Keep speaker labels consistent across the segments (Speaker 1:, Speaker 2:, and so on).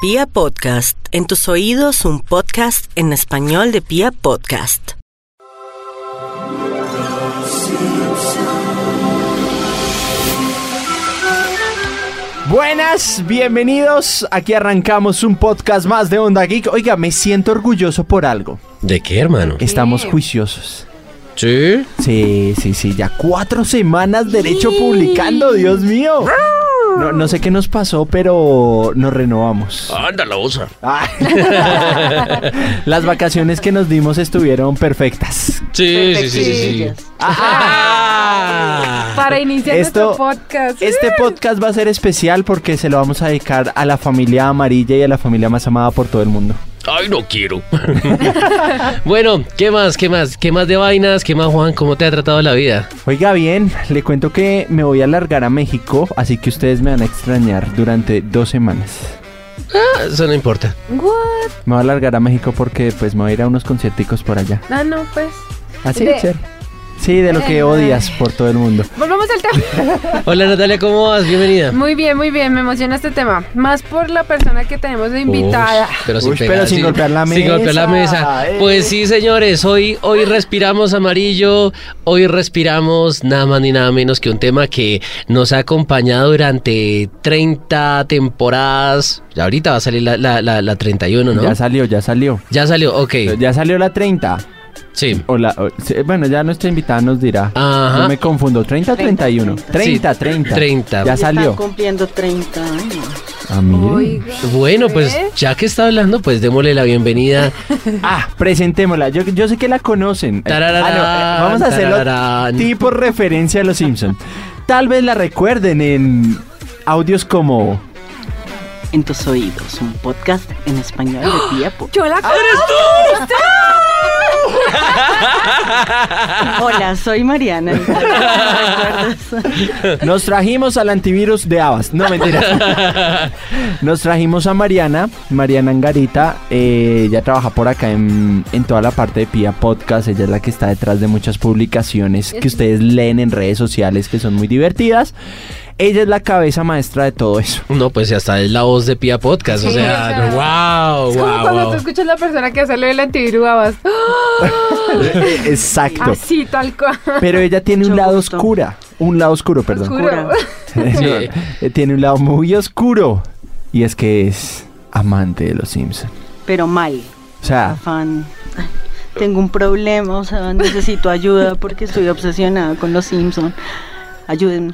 Speaker 1: Pia Podcast, en tus oídos un podcast en español de Pia Podcast.
Speaker 2: Buenas, bienvenidos. Aquí arrancamos un podcast más de Onda Geek. Oiga, me siento orgulloso por algo.
Speaker 3: ¿De qué, hermano?
Speaker 2: Estamos juiciosos.
Speaker 3: Sí.
Speaker 2: Sí, sí, sí, ya cuatro semanas derecho publicando, Dios mío. No, no sé qué nos pasó, pero nos renovamos.
Speaker 3: Anda la osa.
Speaker 2: Ah. Las vacaciones que nos dimos estuvieron perfectas.
Speaker 3: Sí, sí, sí, Ah, sí, sí.
Speaker 4: Para iniciar
Speaker 2: Esto-
Speaker 4: nuestro podcast.
Speaker 2: Este podcast va a ser especial porque se lo vamos a dedicar a la familia amarilla y a la familia más amada por todo el mundo.
Speaker 3: Ay, no quiero. bueno, ¿qué más? ¿Qué más? ¿Qué más de vainas? ¿Qué más, Juan? ¿Cómo te ha tratado la vida?
Speaker 2: Oiga bien, le cuento que me voy a largar a México, así que ustedes me van a extrañar durante dos semanas.
Speaker 3: Ah, eso no importa.
Speaker 4: What?
Speaker 2: Me voy a largar a México porque pues me voy a ir a unos concierticos por allá.
Speaker 4: Ah, no, pues.
Speaker 2: ¿Así?
Speaker 4: De-
Speaker 2: chévere. Sí, de lo que odias por todo el mundo.
Speaker 4: Volvamos al tema.
Speaker 3: Hola, Natalia, ¿cómo vas? Bienvenida.
Speaker 4: Muy bien, muy bien. Me emociona este tema. Más por la persona que tenemos de invitada.
Speaker 3: Ush, pero sin,
Speaker 2: Ush, pero
Speaker 3: pegar,
Speaker 2: sin golpear la
Speaker 3: Sin golpear la
Speaker 2: mesa.
Speaker 3: mesa.
Speaker 2: Eh.
Speaker 3: Pues sí, señores, hoy, hoy respiramos amarillo, hoy respiramos nada más ni nada menos que un tema que nos ha acompañado durante 30 temporadas. Ya ahorita va a salir la, la, la, la 31, ¿no?
Speaker 2: Ya salió, ya salió.
Speaker 3: Ya salió, ok.
Speaker 2: Ya salió la 30.
Speaker 3: Sí.
Speaker 2: O la- o- sí, bueno, ya nuestra invitada nos dirá.
Speaker 3: Ajá.
Speaker 2: No me confundo, 30 o 31. 30, 30.
Speaker 3: 30.
Speaker 2: Ya
Speaker 5: Están
Speaker 2: salió.
Speaker 5: cumpliendo 30 años.
Speaker 2: Ah, mire.
Speaker 4: Oiga.
Speaker 3: Bueno, pues
Speaker 4: ¿Eh?
Speaker 3: ya que está hablando, pues démosle la bienvenida.
Speaker 2: Ah, presentémosla. Yo, yo sé que la conocen. Eh,
Speaker 3: Tarararán,
Speaker 2: ah, no, eh, vamos a hacerlo
Speaker 3: tarararán.
Speaker 2: tipo referencia a los Simpsons. Tal vez la recuerden en audios como.
Speaker 5: En tus oídos, un podcast en español de tiempo.
Speaker 4: Yo la conozco.
Speaker 5: Hola, soy Mariana.
Speaker 2: Nos trajimos al antivirus de Avas. No, mentira. Nos trajimos a Mariana, Mariana Angarita. eh, ella trabaja por acá en, en toda la parte de Pia Podcast. Ella es la que está detrás de muchas publicaciones que ustedes leen en redes sociales que son muy divertidas. Ella es la cabeza maestra de todo eso.
Speaker 3: No, pues hasta es la voz de Pia Podcast. o
Speaker 4: Sí,
Speaker 3: sea,
Speaker 4: o sea,
Speaker 3: wow,
Speaker 4: Es como
Speaker 3: wow,
Speaker 4: cuando
Speaker 3: wow.
Speaker 4: tú escuchas la persona que hace lo del antivirus. ¡Ah!
Speaker 2: Exacto.
Speaker 4: Así, tal cual.
Speaker 2: Pero ella tiene un
Speaker 5: Mucho
Speaker 2: lado
Speaker 5: gusto.
Speaker 2: oscura. Un lado oscuro, perdón.
Speaker 4: Oscuro.
Speaker 2: No, eh, tiene un lado muy oscuro. Y es que es amante de los Simpsons.
Speaker 5: Pero mal,
Speaker 2: O sea,
Speaker 5: afán. Ay, Tengo un problema, o sea, necesito ayuda porque estoy obsesionada con los Simpsons. Ayúdenme.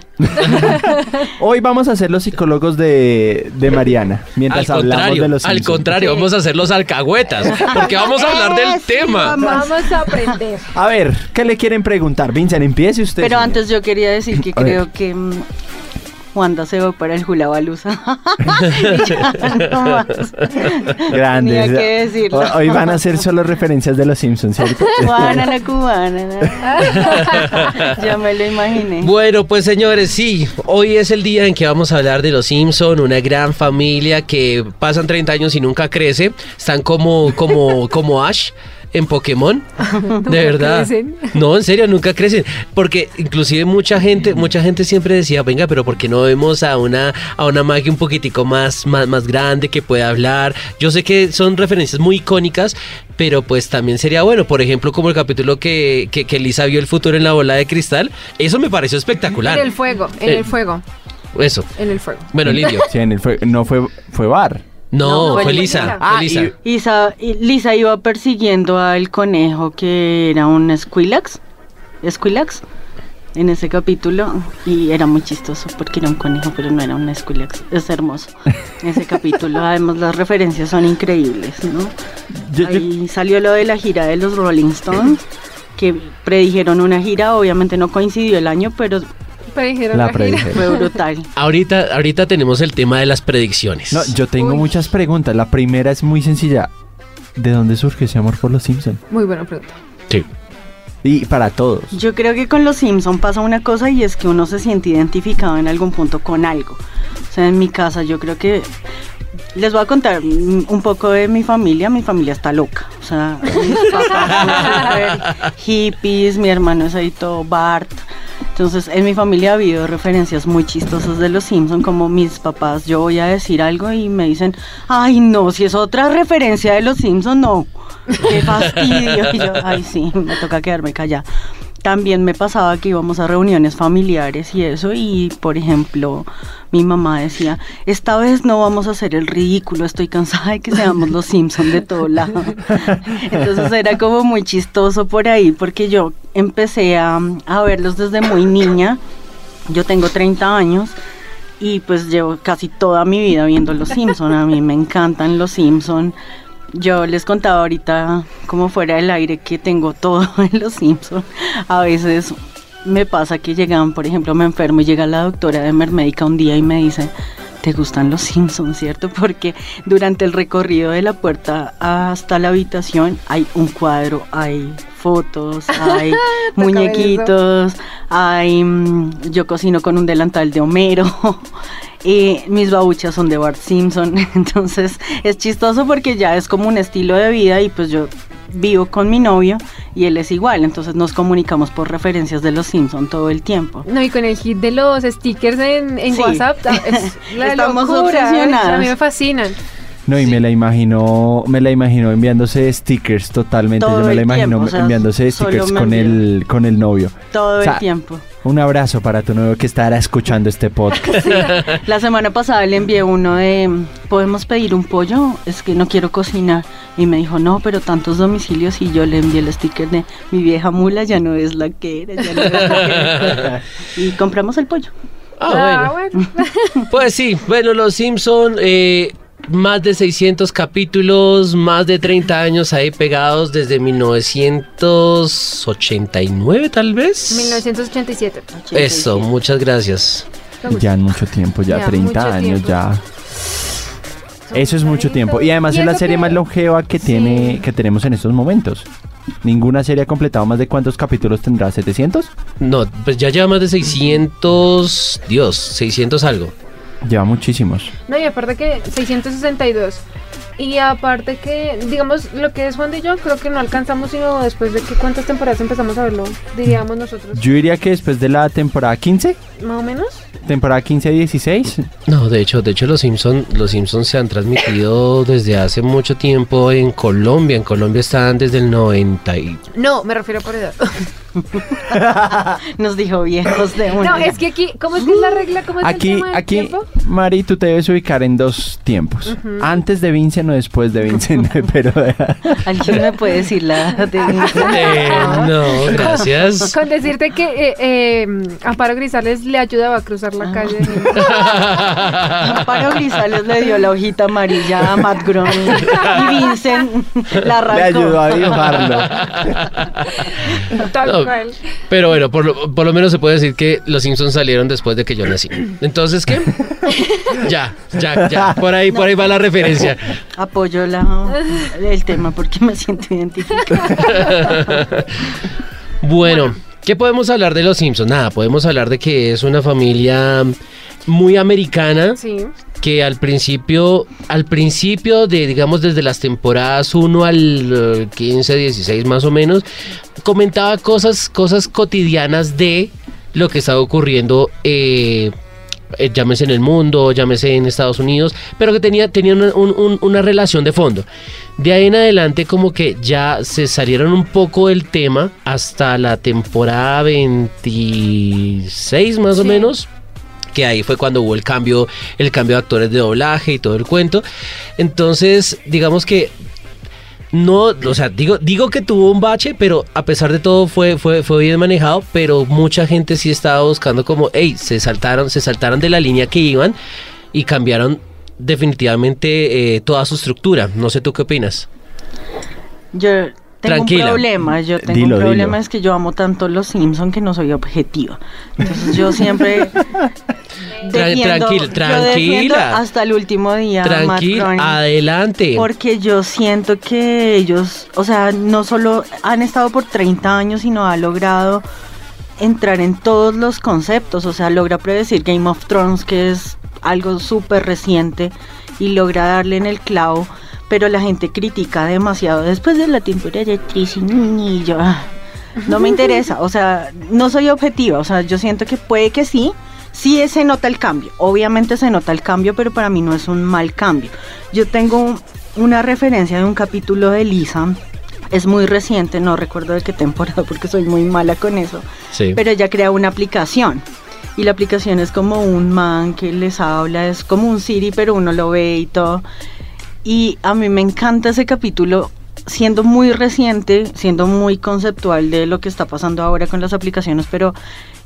Speaker 2: hoy vamos a ser los psicólogos de, de Mariana.
Speaker 3: Al
Speaker 2: Mientras hablamos
Speaker 3: contrario,
Speaker 2: de los
Speaker 3: al
Speaker 2: Simpsons.
Speaker 3: contrario, vamos a hacer los alcahuetas, porque vamos a hablar del
Speaker 5: Sí,
Speaker 3: tema.
Speaker 4: Vamos a aprender.
Speaker 2: A ver, ¿qué le quieren preguntar? Vincent, empiece usted.
Speaker 5: Pero
Speaker 2: señor.
Speaker 5: antes yo quería decir que
Speaker 2: A ver.
Speaker 5: creo que mm, Wanda se va para el Jula Balusa. no más.
Speaker 2: Grande.
Speaker 5: Tenía que decirlo.
Speaker 2: Ho- Hoy van a ser solo referencias de los Simpsons, ¿cierto?
Speaker 5: Cubana, la cubana. la- ya me lo imaginé.
Speaker 3: Bueno, pues señores, sí, hoy es el día en que vamos a hablar de los Simpson, una gran familia que pasan 30 años y nunca crece, están como como como Ash en Pokémon. De verdad.
Speaker 4: crecen.
Speaker 3: No, en serio, nunca crecen, porque inclusive mucha gente, mucha gente siempre decía, "Venga, pero por qué no vemos a una a una Maggie un poquitico más más más grande que pueda hablar?" Yo sé que son referencias muy icónicas, pero pues también sería bueno, por ejemplo, como el capítulo que, que, que Lisa vio el futuro en la bola de cristal, eso me pareció espectacular.
Speaker 4: En el fuego, en
Speaker 3: Eh.
Speaker 4: el fuego,
Speaker 3: Eso.
Speaker 4: en el fuego.
Speaker 3: Bueno, Lidio.
Speaker 2: Sí, en el fue- no fue, fue bar.
Speaker 3: No,
Speaker 5: No,
Speaker 3: fue,
Speaker 5: fue
Speaker 3: Lisa. fue
Speaker 4: Lisa.
Speaker 2: Ah,
Speaker 3: Lisa.
Speaker 2: y-
Speaker 5: Isa- y Lisa iba persiguiendo al conejo que era un Squillax. Squillax. En ese capítulo. Y era muy chistoso porque era un conejo, pero no era un Squillax. Es hermoso. Ese capítulo. Además, las referencias son increíbles, ¿no?
Speaker 2: Yo- yo-
Speaker 5: Ahí salió lo de la gira de los Rolling Stones. Que predijeron una gira. Obviamente no coincidió el año, pero
Speaker 4: Pero dijeron
Speaker 2: la
Speaker 4: la gira.
Speaker 2: predije.
Speaker 5: fue brutal.
Speaker 3: Ahorita, ahorita tenemos el tema de las predicciones.
Speaker 2: No, yo tengo
Speaker 4: Uy.
Speaker 2: muchas preguntas. La primera es muy sencilla. ¿De dónde surge ese amor por los Simpsons?
Speaker 4: Muy buena pregunta.
Speaker 3: Sí.
Speaker 2: Y para todos.
Speaker 5: Yo creo que con los Simpson pasa una cosa y es que uno se siente identificado en algún punto con algo. O sea, en mi casa yo creo que les voy a contar mm, un poco de mi familia. Mi familia está loca. O sea, mis papás son súper hippies, mi hermano es ahí todo Bart. Entonces, en mi familia ha habido referencias muy chistosas de los Simpson, como mis papás, yo voy a decir algo y me dicen, ay no, si es otra referencia de los Simpson, no, qué fastidio. Y yo, ay sí, me toca quedarme callada. También me pasaba que íbamos a reuniones familiares y eso, y por ejemplo, mi mamá decía, esta vez no vamos a hacer el ridículo, estoy cansada de que seamos los Simpson de todo lado. Entonces era como muy chistoso por ahí, porque yo empecé a, a verlos desde muy niña, yo tengo 30 años, y pues llevo casi toda mi vida viendo los Simpson, a mí me encantan los Simpson. Yo les contaba ahorita, como fuera del aire, que tengo todo en los Simpson. A veces me pasa que llegan, por ejemplo, me enfermo y llega la doctora de Mermédica un día y me dice, ¿te gustan los Simpsons, cierto? Porque durante el recorrido de la puerta hasta la habitación hay un cuadro, hay fotos, hay muñequitos, hay mm, yo cocino con un delantal de Homero. eh, mis babuchas son de Bart Simpson, entonces es chistoso porque ya es como un estilo de vida y pues yo vivo con mi novio y él es igual, entonces nos comunicamos por referencias de los Simpson todo el tiempo.
Speaker 4: No, y con el hit de los stickers en, en
Speaker 5: Sí.
Speaker 4: WhatsApp, ah, es la
Speaker 5: Estamos
Speaker 4: locura, ¿eh?
Speaker 5: obsesionadas.
Speaker 4: A mí me fascinan.
Speaker 2: No, y me la imagino, me la imagino enviándose stickers totalmente.
Speaker 5: Todo
Speaker 2: Yo me
Speaker 5: el
Speaker 2: la imagino
Speaker 5: tiempo, o sea,
Speaker 2: enviándose
Speaker 5: solo
Speaker 2: stickers
Speaker 5: me
Speaker 2: con
Speaker 5: envío.
Speaker 2: el, con el novio.
Speaker 5: Todo
Speaker 2: O sea,
Speaker 5: el tiempo.
Speaker 2: Un abrazo para tu novio que estará escuchando este podcast. eh.
Speaker 5: La semana pasada le envié uno de, ¿podemos pedir un pollo? Es que no quiero cocinar. Y me dijo, no, pero tantos domicilios y yo le envié el sticker de, mi vieja mula ya no es la que era. ya no es la que era". Y compramos el pollo.
Speaker 3: Ah, bueno. Pues sí, bueno, Los Simpson, eh, más de 600 capítulos, más de 30 años ahí pegados desde 1989 tal vez.
Speaker 4: 1987.
Speaker 3: Eso, muchas gracias.
Speaker 2: ya en mucho tiempo, ya,
Speaker 4: Ya,
Speaker 2: 30
Speaker 4: mucho
Speaker 2: años,
Speaker 4: tiempo.
Speaker 2: ya. Eso es mucho tiempo. Y además es la
Speaker 4: eso
Speaker 2: serie
Speaker 4: que-
Speaker 2: más longeva que tiene, que tenemos en estos momentos. Ninguna serie ha completado más de cuántos capítulos tendrá, ¿700?
Speaker 3: No, pues ya lleva más de 600, Dios, 600 algo.
Speaker 2: Lleva muchísimos.
Speaker 4: No, y aparte que 662. Y aparte que, digamos, lo que es Juan de yo, creo que no alcanzamos sino después de que cuántas temporadas empezamos a verlo, diríamos nosotros.
Speaker 2: Yo diría que después de la temporada 15,
Speaker 4: Más o menos.
Speaker 2: temporada 15-16,
Speaker 3: No, de hecho, de hecho los Simpson, los Simpson se han transmitido desde hace mucho tiempo en Colombia. En Colombia están desde el 90 y
Speaker 4: No, me refiero por edad.
Speaker 5: Nos dijo viejos de una.
Speaker 4: No, es que aquí, ¿cómo es que es la regla? ¿Cómo es el
Speaker 2: Aquí,
Speaker 4: tema del
Speaker 2: aquí,
Speaker 4: tiempo?
Speaker 2: Mari, tú te debes ubicar en dos tiempos. Antes de Vincent o después de Vincent, pero...
Speaker 5: ¿Alguien me puede decir la de-
Speaker 3: Eh, no, gracias.
Speaker 4: Con decirte que eh, eh, Amparo Grisales le ayudaba a cruzar
Speaker 3: Ah.
Speaker 4: la calle.
Speaker 5: Amparo Grisales le dio la hojita amarilla a Matt Groening y Vincent la arrancó.
Speaker 2: Le ayudó a dibujarlo.
Speaker 4: Tal
Speaker 3: No,
Speaker 4: cual.
Speaker 3: Pero bueno, por lo, por lo menos se puede decir que los Simpsons salieron después de que yo nací. Entonces, ¿qué? ya, ya, ya. Por ahí, por ahí va la referencia.
Speaker 5: Apoyo la, el tema porque me siento identificada.
Speaker 3: Bueno, ¿qué podemos hablar de los Simpsons? Nada, podemos hablar de que es una familia muy americana.
Speaker 4: Sí.
Speaker 3: que al principio, al principio de, digamos, desde las temporadas 1 al eh, 15, 16 más o menos, comentaba cosas, cosas cotidianas de lo que estaba ocurriendo, eh, eh, llámese en el mundo, llámese en Estados Unidos, pero que tenía, tenía una, un- un- una relación de fondo. De ahí en adelante como que ya se salieron un poco del tema hasta la temporada 26 más o
Speaker 4: Sí.
Speaker 3: menos que ahí fue cuando hubo el cambio, el cambio de actores de doblaje y todo el cuento. Entonces, digamos que no, o sea, digo, digo que tuvo un bache, pero a pesar de todo fue, fue, fue bien manejado, pero mucha gente sí estaba buscando como, hey, se saltaron, se saltaron de la línea que iban y cambiaron definitivamente eh, toda su estructura. No sé tú qué opinas.
Speaker 5: Yo tengo
Speaker 3: Tranquila.
Speaker 5: un problema, yo tengo
Speaker 2: Dilo,
Speaker 5: un problema
Speaker 2: dilo.
Speaker 5: es que yo amo tanto los Simpson que no soy objetiva. Entonces yo siempre defiendo-
Speaker 3: tranquila,
Speaker 5: yo defiendo
Speaker 3: tranquila.
Speaker 5: hasta el último día. a Matt
Speaker 3: Tranquilo,
Speaker 5: Groening.
Speaker 3: adelante.
Speaker 5: Porque yo siento que ellos, o sea, no solo han estado por 30 años, sino ha logrado entrar en todos los conceptos. O sea, logra predecir Game of Thrones, que es algo súper reciente, y logra darle en el clavo. Pero la gente critica demasiado después de la temporada de Tris y Nini, y yo. ah, No me interesa, o sea, no soy objetiva, o sea, yo siento que puede que sí, sí se nota el cambio, obviamente se nota el cambio, pero para mí no es un mal cambio. Yo tengo un- una referencia de un capítulo de Lisa, es muy reciente, no recuerdo de qué temporada porque soy muy mala con eso,
Speaker 3: Sí.
Speaker 5: pero ella crea una aplicación. Y la aplicación es como un man que les habla, es como un Siri, pero uno lo ve y todo. Y a mí me encanta ese capítulo, siendo muy reciente, siendo muy conceptual de lo que está pasando ahora con las aplicaciones, pero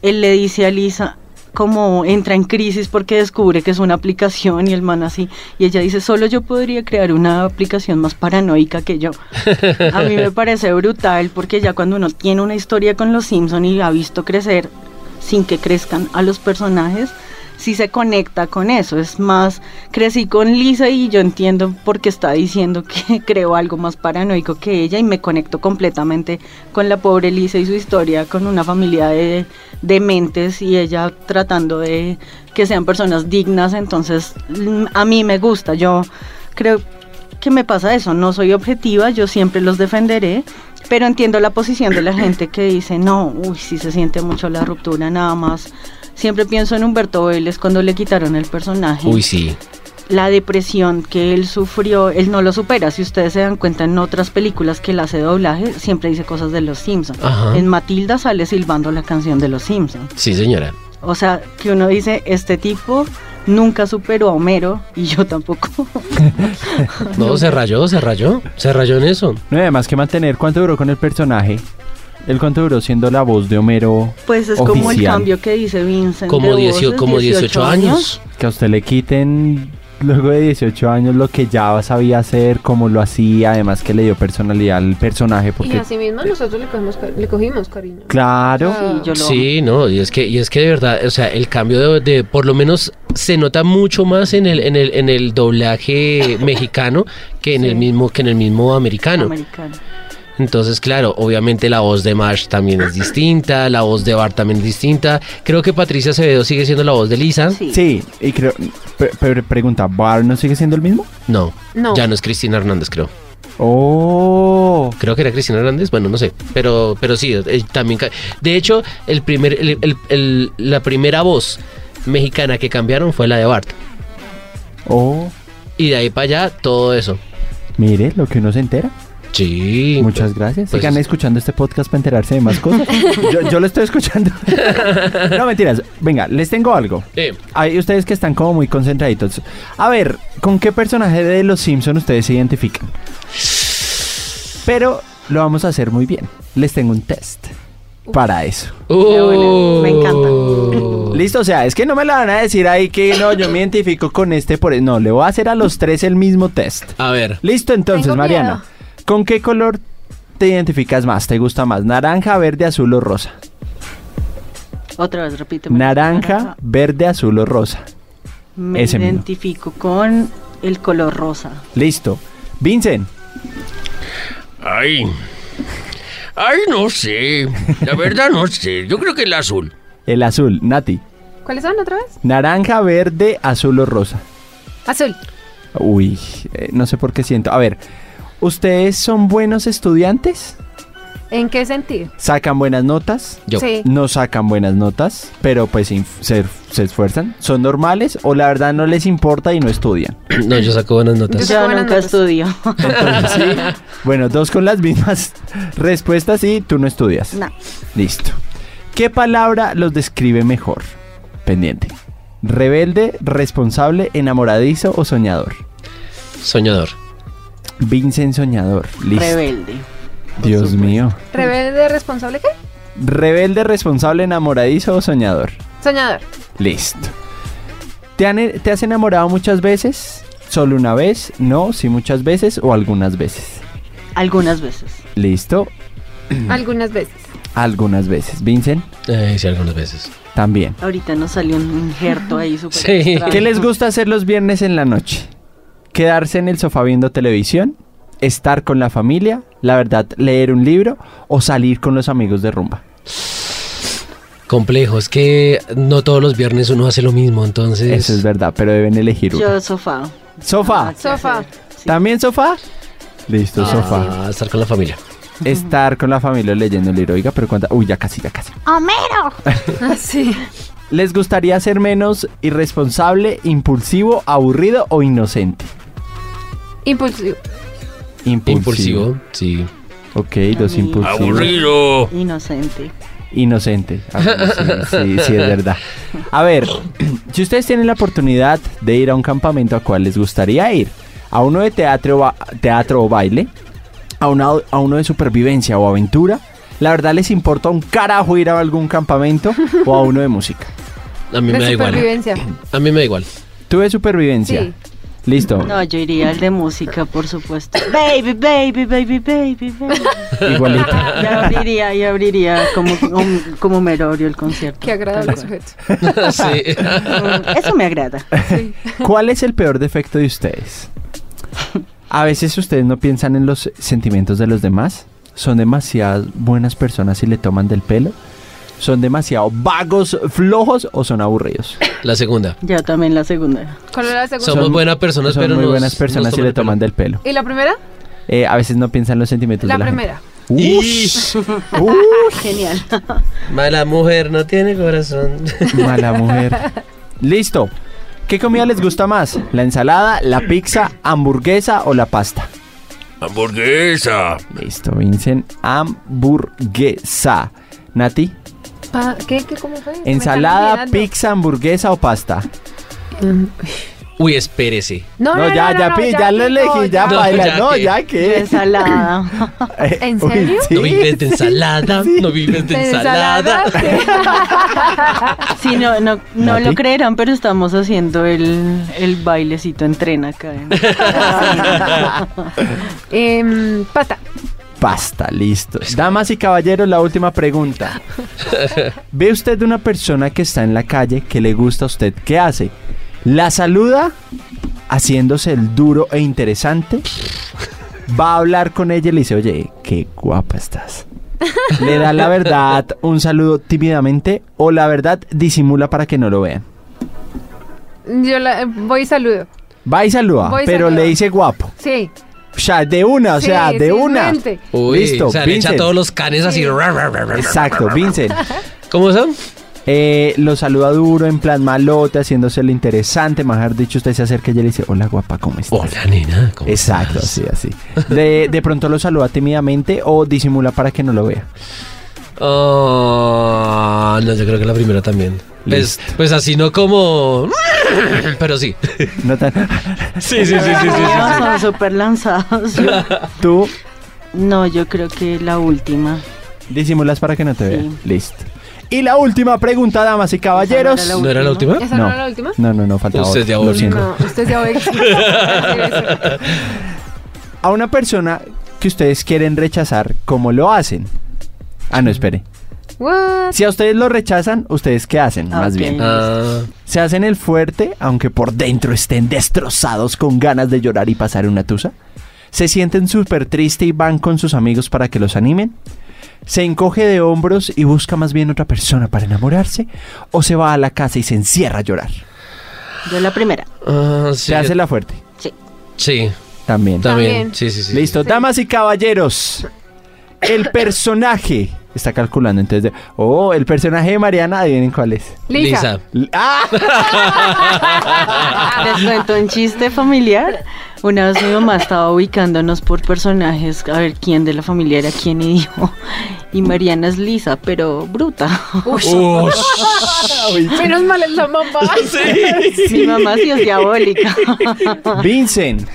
Speaker 5: él le dice a Lisa como entra en crisis porque descubre que es una aplicación y el man así, y ella dice, solo yo podría crear una aplicación más paranoica que yo. A mí me parece brutal porque ya cuando uno tiene una historia con los Simpson y ha visto crecer sin que crezcan a los personajes, sí se conecta con eso. Es más, crecí con Lisa y yo entiendo por qué está diciendo que creo algo más paranoico que ella y me conecto completamente con la pobre Lisa y su historia con una familia de dementes y ella tratando de que sean personas dignas. Entonces, mm, a mí me gusta. Yo creo que me pasa eso, no soy objetiva, yo siempre los defenderé, pero entiendo la posición de la gente que dice, no, uy, sí se siente mucho la ruptura, nada más. Siempre pienso en Humberto Vélez cuando le quitaron el personaje.
Speaker 3: Uy, sí.
Speaker 5: La depresión que él sufrió, él no lo supera. Si ustedes se dan cuenta en otras películas que él hace doblaje, siempre dice cosas de los Simpsons.
Speaker 3: Ajá.
Speaker 5: En Matilda sale silbando la canción de los Simpsons.
Speaker 3: Sí, señora.
Speaker 5: O sea, que uno dice, este tipo nunca superó a Homero y yo tampoco.
Speaker 3: No, se rayó, se rayó. Se rayó en eso.
Speaker 2: No, y además que mantener cuánto duró con el personaje. El cuánto duró siendo la voz de Homero.
Speaker 5: Pues es como el
Speaker 2: oficial.
Speaker 5: cambio que dice Vincent.
Speaker 3: Como,
Speaker 5: de
Speaker 3: diecio-
Speaker 5: voces,
Speaker 3: como 18 años.
Speaker 2: Que a usted le quiten luego de 18 años lo que ya sabía hacer, cómo lo hacía, además que le dio personalidad al personaje.
Speaker 4: Y
Speaker 2: Porque,
Speaker 4: así mismo nosotros le cogimos, ca- le cogimos cariño.
Speaker 2: claro,
Speaker 5: Sí, yo lo
Speaker 3: Sí, no, y es que, y es que de verdad, o sea, el cambio de, de- por lo menos se nota mucho más en el, en el, en el doblaje mexicano que en el mismo, que en el mismo americano.
Speaker 5: americano.
Speaker 3: Entonces, claro, obviamente la voz de Marsh también es distinta, la voz de Bart también es distinta. Creo que Patricia Acevedo sigue siendo la voz de Lisa.
Speaker 5: Sí.
Speaker 2: Sí, y creo. pe- pe- pregunta, ¿Bar no sigue siendo el mismo?
Speaker 3: No,
Speaker 4: No.
Speaker 3: ya no es Cristina Hernández, creo.
Speaker 2: Oh.
Speaker 3: Creo que era Cristina Hernández, bueno, no sé, pero, pero sí, eh, también. ca- De hecho, el primer, el- el- el- la primera voz mexicana que cambiaron fue la de Bart.
Speaker 2: Oh.
Speaker 3: Y de ahí para allá, todo eso.
Speaker 2: Mire lo que uno se entera.
Speaker 3: Sí.
Speaker 2: Muchas gracias.
Speaker 3: pues-
Speaker 2: Sigan escuchando este podcast para enterarse de más cosas. yo, yo lo estoy escuchando. no mentiras. Venga, les tengo algo.
Speaker 3: Eh,
Speaker 2: Hay ustedes que están como muy concentraditos. A ver, ¿con qué personaje de Los Simpson ustedes se identifican? Pero lo vamos a hacer muy bien. Les tengo un test para eso.
Speaker 5: bueno, me encanta.
Speaker 3: uh,
Speaker 2: Listo, o sea, es que no me la van a decir ahí que no, yo me identifico con este por No, le voy a hacer a los tres el mismo test.
Speaker 3: A ver,
Speaker 2: Listo, entonces,
Speaker 4: Tengo
Speaker 2: Mariana. ¿Con qué color te identificas más? ¿Te gusta más? ¿Naranja, verde, azul o rosa?
Speaker 5: Otra vez, repíteme.
Speaker 2: Naranja, verde, azul o rosa.
Speaker 5: Me
Speaker 2: ese mismo.
Speaker 5: identifico con el color rosa.
Speaker 2: Listo. Vincent,
Speaker 6: Ay. Ay, no sé. La verdad no sé. Yo creo que el azul.
Speaker 2: el azul. Nati,
Speaker 4: ¿Cuáles son otra vez?
Speaker 2: naranja, verde, azul o rosa.
Speaker 4: Azul.
Speaker 2: Uy, eh, no sé por qué siento. A ver, ¿ustedes son buenos estudiantes?
Speaker 4: ¿En qué sentido?
Speaker 2: ¿Sacan buenas notas?
Speaker 3: yo.
Speaker 4: Sí.
Speaker 2: No sacan buenas notas, pero pues inf- se, se esfuerzan. ¿Son normales o la verdad no les importa y no estudian?
Speaker 3: No, yo saco buenas
Speaker 4: Yo
Speaker 3: notas.
Speaker 4: saco
Speaker 5: Yo
Speaker 4: buenas
Speaker 5: nunca
Speaker 4: notas.
Speaker 5: estudio.
Speaker 2: Entonces, sí. Bueno, dos con las mismas respuestas y tú no estudias.
Speaker 5: No.
Speaker 2: Listo. ¿Qué palabra los describe mejor? Pendiente. Rebelde, responsable, enamoradizo o soñador.
Speaker 3: Soñador.
Speaker 2: Vincent soñador. Listo.
Speaker 5: Rebelde.
Speaker 2: Dios mío.
Speaker 4: ¿Rebelde responsable qué?
Speaker 2: Rebelde, responsable, enamoradizo o soñador.
Speaker 4: Soñador.
Speaker 2: Listo. ¿Te, han- e-, ¿Te has enamorado muchas veces? ¿Solo una vez? ¿No? ¿Sí muchas veces o algunas veces?
Speaker 5: Algunas veces.
Speaker 2: Listo.
Speaker 3: Mm.
Speaker 4: Algunas veces.
Speaker 2: Algunas veces. Vincent,
Speaker 3: Eh, sí, algunas veces.
Speaker 2: también.
Speaker 5: Ahorita nos salió un injerto ahí súper
Speaker 3: Sí.
Speaker 5: extraño.
Speaker 2: ¿Qué les gusta hacer los viernes en la noche? ¿Quedarse en el sofá viendo televisión? ¿Estar con la familia? ¿La verdad, leer un libro? ¿O salir con los amigos de rumba?
Speaker 3: Complejo, es que no todos los viernes uno hace lo mismo, entonces.
Speaker 2: Eso es verdad, pero deben elegir uno.
Speaker 5: Yo sofá.
Speaker 2: ¿Sofá?
Speaker 5: ¿qué
Speaker 4: Sofá.
Speaker 5: hacer? Sí. Ah.
Speaker 2: ¿También sofá? Listo, sofá.
Speaker 3: Ah, estar con la familia.
Speaker 2: estar con la familia leyendo el libro. Oiga, pero cuánta. Uy, ya casi, ya casi.
Speaker 4: Así.
Speaker 2: ¿Les gustaría ser menos irresponsable, impulsivo, aburrido o inocente?
Speaker 4: Impulsivo.
Speaker 3: Impulsivo, sí.
Speaker 2: Ok, los
Speaker 5: A mí-
Speaker 2: impulsivos.
Speaker 6: Aburrido.
Speaker 5: Inocente.
Speaker 2: Inocente. Ah, Sí, sí, sí, es verdad. A ver, si ustedes tienen la oportunidad de ir a un campamento, ¿a cuál les gustaría ir? ¿A uno de teatro, o ba- teatro o baile? ¿A, una- ¿A uno de supervivencia o aventura? ¿La verdad les importa un carajo ir a algún campamento o a uno de música?
Speaker 3: A mí me da
Speaker 4: De
Speaker 3: igual. ¿eh? Mm.
Speaker 4: supervivencia.
Speaker 3: A mí me da igual.
Speaker 2: ¿Tú de supervivencia?
Speaker 4: Sí.
Speaker 2: Listo.
Speaker 5: No, yo iría al de música, por supuesto. Baby, baby, baby, baby, baby.
Speaker 2: Igualito.
Speaker 5: Y abriría, y abriría como, como, como Homero abrió el concierto.
Speaker 4: Qué agradable sujeto.
Speaker 3: sí.
Speaker 5: Eso me agrada.
Speaker 4: Sí.
Speaker 2: ¿Cuál es el peor defecto de ustedes? A veces ustedes no piensan en los sentimientos de los demás. Son demasiadas buenas personas y le toman del pelo. Son demasiado vagos, flojos o son aburridos.
Speaker 3: La segunda.
Speaker 5: Yo también la segunda.
Speaker 4: ¿Cuál era la segunda?
Speaker 3: Somos
Speaker 2: Son-
Speaker 3: buenas personas,
Speaker 2: son
Speaker 3: pero
Speaker 2: muy
Speaker 3: nos-
Speaker 2: buenas personas y
Speaker 3: nos toman
Speaker 2: le
Speaker 3: el pelo.
Speaker 2: toman del pelo.
Speaker 4: ¿Y la primera?
Speaker 2: Eh, a veces no piensan los sentimientos
Speaker 4: La
Speaker 2: de la
Speaker 4: primera.
Speaker 2: gente. Ush, ush,
Speaker 5: Genial.
Speaker 3: Mala mujer no tiene corazón.
Speaker 2: mala mujer. Listo. ¿Qué comida les gusta más? ¿La ensalada, la pizza, hamburguesa o la pasta?
Speaker 6: Hamburguesa.
Speaker 2: Listo, Vincent. Hamburguesa. Nati,
Speaker 4: Pa- ¿Qué? ¿Qué? ¿Cómo fue?
Speaker 2: ensalada,
Speaker 4: pix
Speaker 2: pizza, hamburguesa o pasta.
Speaker 3: Uy, espérese.
Speaker 4: No, no, no,
Speaker 2: ya,
Speaker 4: no,
Speaker 2: ya,
Speaker 4: no,
Speaker 2: pi- ya lo
Speaker 4: pico,
Speaker 2: elegí, ya
Speaker 3: No,
Speaker 2: baila.
Speaker 3: ya
Speaker 2: No,
Speaker 3: qué.
Speaker 2: ya que.
Speaker 5: Ensalada.
Speaker 4: ¿En serio?
Speaker 3: No vives de ensalada. No vives de ensalada.
Speaker 5: Sí, no, no, no
Speaker 2: ¿Nati?
Speaker 5: lo creerán, pero estamos haciendo el, el bailecito en tren acá. en-
Speaker 4: Em, pasta.
Speaker 2: Pasta, listo. Damas y caballeros, la última pregunta. ¿Ve usted una persona que está en la calle que le gusta a usted? ¿Qué hace? ¿La saluda haciéndose el duro e interesante? Va a hablar con ella y le dice, oye, qué guapa estás. ¿Le da la verdad un saludo tímidamente o la verdad disimula para que no lo vean?
Speaker 4: Yo la, eh, voy y saludo.
Speaker 2: Va y saluda,
Speaker 4: Voy y
Speaker 2: pero
Speaker 4: saluda.
Speaker 2: le dice guapo.
Speaker 4: Sí.
Speaker 2: O sea, de una, o
Speaker 4: Sí,
Speaker 2: sea, de
Speaker 4: sí,
Speaker 2: una.
Speaker 4: mente.
Speaker 3: Uy,
Speaker 2: Listo,
Speaker 3: o sea, le echa
Speaker 2: Vincent.
Speaker 3: todos los canes así. ra, ra, ra, ra, ra.
Speaker 2: Exacto, Vincent.
Speaker 3: ¿Cómo son?
Speaker 2: Eh, lo saluda duro, en plan malote, haciéndose el interesante. Mejor dicho, usted se acerca y ella le dice, hola guapa, ¿cómo estás?
Speaker 3: Hola, nena. ¿cómo
Speaker 2: Exacto,
Speaker 3: estás?
Speaker 2: así, así. De, de pronto lo saluda tímidamente o disimula para que no lo vea.
Speaker 3: Ah, no, yo creo que la primera también. Pues, pues así no como... Pero sí.
Speaker 2: No tan-
Speaker 3: Sí, sí, sí, sí,
Speaker 5: No, Son súper lanzados.
Speaker 2: Tú
Speaker 5: No, yo creo que la última.
Speaker 2: disimulas para que no te vea.
Speaker 5: Sí.
Speaker 2: Listo. Y la última pregunta, damas y caballeros.
Speaker 5: Esa
Speaker 3: ¿No era la última?
Speaker 4: ¿Esa no, era la última?
Speaker 2: ¿Eh? No, no, no, faltaba
Speaker 3: Usted
Speaker 2: otra,
Speaker 3: ya
Speaker 2: lo
Speaker 3: volvió.
Speaker 2: siento.
Speaker 4: No, usted ya va
Speaker 2: A una persona que ustedes quieren rechazar, ¿cómo lo hacen? Ah, no, espere.
Speaker 4: What?
Speaker 2: Si a ustedes lo rechazan, ¿ustedes qué hacen?
Speaker 5: Ah,
Speaker 2: Más
Speaker 5: ok.
Speaker 2: bien.
Speaker 3: Ah,
Speaker 2: Se hacen el fuerte, aunque por dentro estén destrozados con ganas de llorar y pasar una tusa. Se sienten súper triste y van con sus amigos para que los animen. Se encoge de hombros y busca más bien otra persona para enamorarse. O se va a la casa y se encierra a llorar.
Speaker 5: Yo la primera.
Speaker 3: ah, sí.
Speaker 2: Se hace la fuerte.
Speaker 3: Sí,
Speaker 2: También.
Speaker 3: también.
Speaker 4: También.
Speaker 3: Sí, sí, sí.
Speaker 2: Listo. Damas y caballeros. El personaje. Está calculando entonces. de- oh, el personaje de Mariana. Adivinen cuál es.
Speaker 4: Lisa.
Speaker 3: Lisa.
Speaker 2: L- ¡Ah!
Speaker 5: Ah, Les cuento un chiste familiar. Una vez mi mamá estaba ubicándonos por personajes, a ver quién de la familia era quién y dijo, y Mariana es lisa, pero bruta.
Speaker 3: Ush.
Speaker 4: Menos mal es la mamá.
Speaker 5: Mi mamá sí es diabólica.
Speaker 2: Vincent.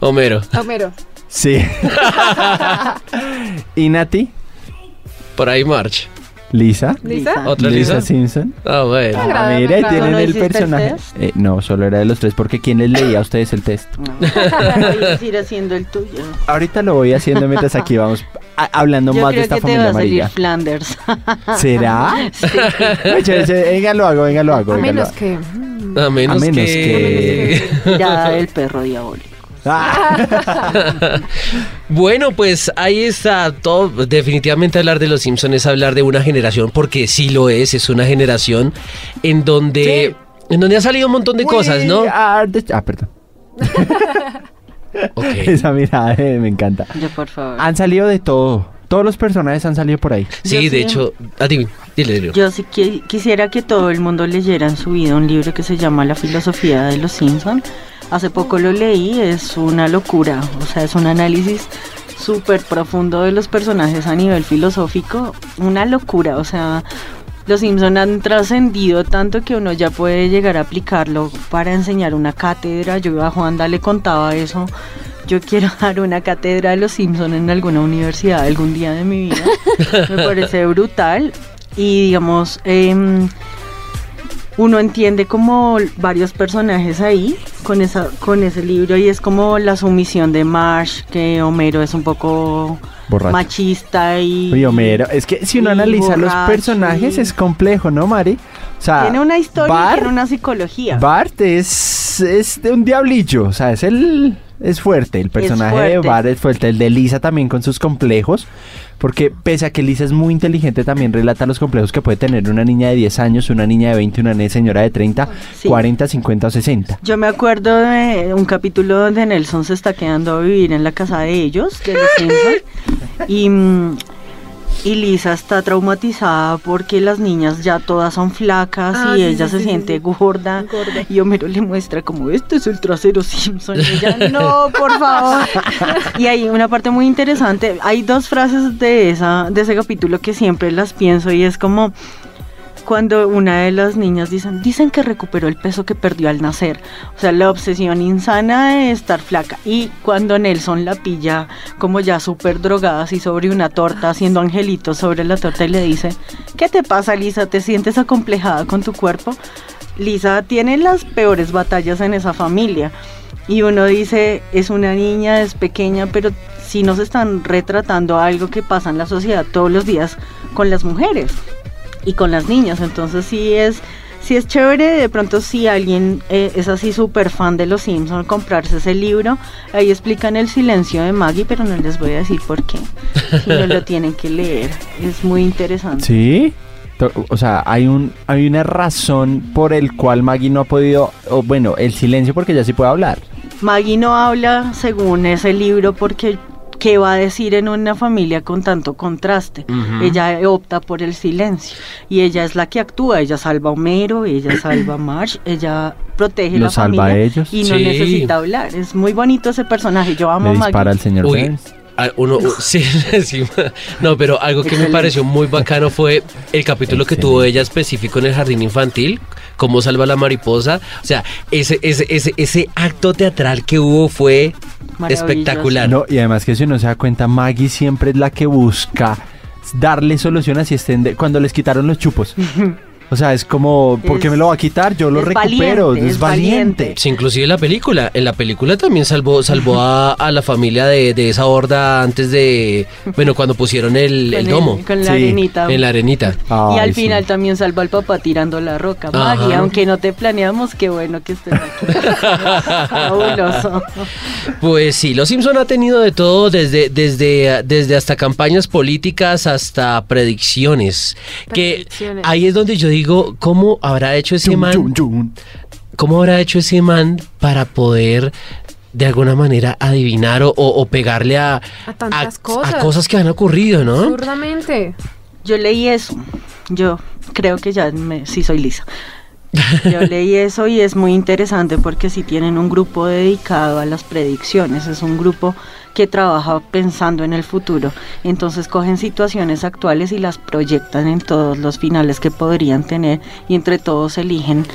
Speaker 3: Homero.
Speaker 4: Homero.
Speaker 2: Sí. ¿Y Nati?
Speaker 3: Por ahí March.
Speaker 2: ¿Lisa?
Speaker 4: ¿Lisa?
Speaker 3: ¿Otra Lisa?
Speaker 2: Simpson.
Speaker 3: Ah, bueno.
Speaker 4: Claro.
Speaker 2: Ah,
Speaker 4: Claro,
Speaker 2: mira,
Speaker 4: claro.
Speaker 2: tienen
Speaker 5: ¿No
Speaker 2: el
Speaker 5: hiciste el
Speaker 2: personaje.
Speaker 5: test?
Speaker 2: Eh, no, solo era de los tres porque ¿quién les leía a ustedes el test?
Speaker 5: No, puedes ir haciendo el tuyo.
Speaker 2: Ahorita lo voy haciendo mientras aquí vamos a- hablando
Speaker 5: Yo
Speaker 2: más de
Speaker 5: creo
Speaker 2: esta
Speaker 5: que te va
Speaker 2: familia
Speaker 5: a Ah. salir
Speaker 2: amarilla.
Speaker 5: Flanders.
Speaker 2: ¿Será? Oye, oye, venga, lo hago, venga, lo hago.
Speaker 4: A
Speaker 2: venga, ¿Ah? lo
Speaker 4: menos
Speaker 2: hago.
Speaker 4: que.
Speaker 3: A menos,
Speaker 2: A menos
Speaker 3: que...
Speaker 5: Mirada del perro diabólico.
Speaker 2: Ah,
Speaker 3: Bueno, pues ahí está todo. Definitivamente hablar de los Simpsons es hablar de una generación, porque sí lo es, es una generación en donde, en donde ha salido un montón de
Speaker 2: we
Speaker 3: cosas, ¿no?
Speaker 2: are the- Ah, perdón.
Speaker 3: Ok.
Speaker 2: Esa mirada eh, me encanta.
Speaker 5: Yo, por favor.
Speaker 2: Han salido de todo. Todos los personajes han salido por ahí.
Speaker 5: Yo
Speaker 3: Sí,
Speaker 5: sí.
Speaker 3: de hecho, a ti, dile, dile.
Speaker 5: Yo sí qui- quisiera que todo el mundo leyera en su vida un libro que se llama La filosofía de los Simpson. Hace poco lo leí, es una locura, o sea, es un análisis súper profundo de los personajes a nivel filosófico, una locura, o sea, los Simpson han trascendido tanto que uno ya puede llegar a aplicarlo para enseñar una cátedra. Yo a Juanda le contaba eso. Yo quiero dar una cátedra de los Simpson en alguna universidad algún día de mi vida. Me parece brutal. Y digamos, em, uno entiende como varios personajes ahí con, esa, con ese libro y es como la sumisión de Marsh, que Homero es un poco
Speaker 2: Borracho.
Speaker 5: machista y...
Speaker 2: Oye, Homero, es que si uno
Speaker 5: Y
Speaker 2: analiza los
Speaker 5: borracho,
Speaker 2: personajes
Speaker 5: y-
Speaker 2: es complejo, ¿no, Mari? O sea,
Speaker 5: Tiene una historia, y
Speaker 2: Bart,
Speaker 5: tiene una psicología.
Speaker 2: Bart es, es de un diablillo, o sea, es el es fuerte, el personaje de
Speaker 5: fuerte.
Speaker 2: Bart es fuerte, el de Lisa también con sus complejos, porque pese a que Lisa es muy inteligente también relata los complejos que puede tener una niña de 10 años, una niña de 20, una señora de 30,
Speaker 5: Sí.
Speaker 2: 40, 50 o 60.
Speaker 5: Yo me acuerdo de un capítulo donde Nelson se está quedando a vivir en la casa de ellos, de los Simpson, y, mm, y Lisa está traumatizada porque las niñas ya todas son flacas
Speaker 4: Ah,
Speaker 5: y
Speaker 4: sí,
Speaker 5: ella
Speaker 4: sí,
Speaker 5: se
Speaker 4: sí,
Speaker 5: siente
Speaker 4: sí.
Speaker 5: gorda,
Speaker 4: Gorda.
Speaker 5: y Homero le muestra como este es el trasero Simpson y ella no, por favor. y hay una parte muy interesante, hay dos frases de esa de ese capítulo que siempre las pienso y es como cuando una de las niñas dicen, dicen que recuperó el peso que perdió al nacer. O sea, la obsesión insana de estar flaca. Y cuando Nelson la pilla como ya súper drogada, así sobre una torta, haciendo angelitos sobre la torta y le dice, ¿qué te pasa Lisa? ¿Te sientes acomplejada con tu cuerpo? Lisa tiene las peores batallas en esa familia. Y uno dice, es una niña, es pequeña, pero sí nos están retratando algo que pasa en la sociedad todos los días con las mujeres y con las niñas. Entonces sí es, sí es chévere, de pronto si alguien eh, es así súper fan de Los Simpson, comprarse ese libro. Ahí explican el silencio de Maggie, pero no les voy a decir por qué. Si no lo tienen que leer, es muy interesante.
Speaker 2: ¿Sí? To- O sea, hay un hay una razón por el cual Maggie no ha podido, o bueno, el silencio porque ya sí puede hablar.
Speaker 5: Maggie no habla según ese libro porque qué va a decir en una familia con tanto contraste. Ella opta por el silencio y ella es la que actúa. Ella salva a Homero, ella salva a Marsh, ella protege
Speaker 2: Lo
Speaker 5: la
Speaker 2: salva
Speaker 5: familia
Speaker 2: a ellos.
Speaker 5: y no
Speaker 3: Sí.
Speaker 5: necesita hablar. Es muy bonito ese personaje. Yo amo
Speaker 2: Le
Speaker 5: a
Speaker 2: dispara
Speaker 5: Maggie.
Speaker 2: al señor
Speaker 3: Uy,
Speaker 2: Burns.
Speaker 3: a- Ah, uno, u- sí, sí, no, pero algo que me
Speaker 5: Excelente.
Speaker 3: pareció muy bacano fue el capítulo que tuvo ella específico en el jardín infantil, cómo salva la mariposa. O sea, ese, ese, ese, ese acto teatral que hubo fue
Speaker 5: Maravilloso.
Speaker 3: espectacular.
Speaker 2: No, y además que si uno se da cuenta, Maggie siempre es la que busca darle solución a si estén de- cuando les quitaron los chupos. O sea, es como, ¿por qué
Speaker 5: Es-
Speaker 2: me lo va a quitar? Yo lo
Speaker 5: es
Speaker 2: recupero,
Speaker 5: valiente,
Speaker 2: es
Speaker 5: es
Speaker 2: valiente.
Speaker 5: valiente.
Speaker 3: Sí, inclusive la película. En la película también salvó, salvó a, a la familia de, de esa horda antes de, bueno, cuando pusieron el,
Speaker 5: Con
Speaker 3: el
Speaker 5: el-
Speaker 3: domo
Speaker 5: con la
Speaker 2: Sí,
Speaker 5: arenita.
Speaker 3: en la arenita.
Speaker 5: y
Speaker 2: Ay,
Speaker 5: al
Speaker 2: sí.
Speaker 5: final también salva al papá tirando la roca.
Speaker 3: Ajá.
Speaker 5: Maggie, aunque no te planeamos, qué bueno que estés aquí. Fabuloso.
Speaker 3: Pues sí, Los Simpson ha tenido de todo, desde, desde, desde hasta campañas políticas hasta predicciones. Que
Speaker 4: Predicciones.
Speaker 3: ahí es donde yo digo, ¿cómo habrá hecho ese
Speaker 2: Yun,
Speaker 3: man?
Speaker 2: yun, yun.
Speaker 3: ¿Cómo habrá hecho ese man para poder de alguna manera adivinar o, o- o pegarle a,
Speaker 4: A tantas
Speaker 3: a-
Speaker 4: cosas.
Speaker 3: a cosas que han ocurrido, ¿no?
Speaker 4: Absurdamente.
Speaker 5: Yo leí eso. Yo creo que ya me, sí soy lisa. Yo leí eso y es muy interesante porque si tienen un grupo dedicado a las predicciones, es un grupo que trabaja pensando en el futuro. Entonces cogen situaciones actuales y las proyectan en todos los finales que podrían tener y entre todos eligen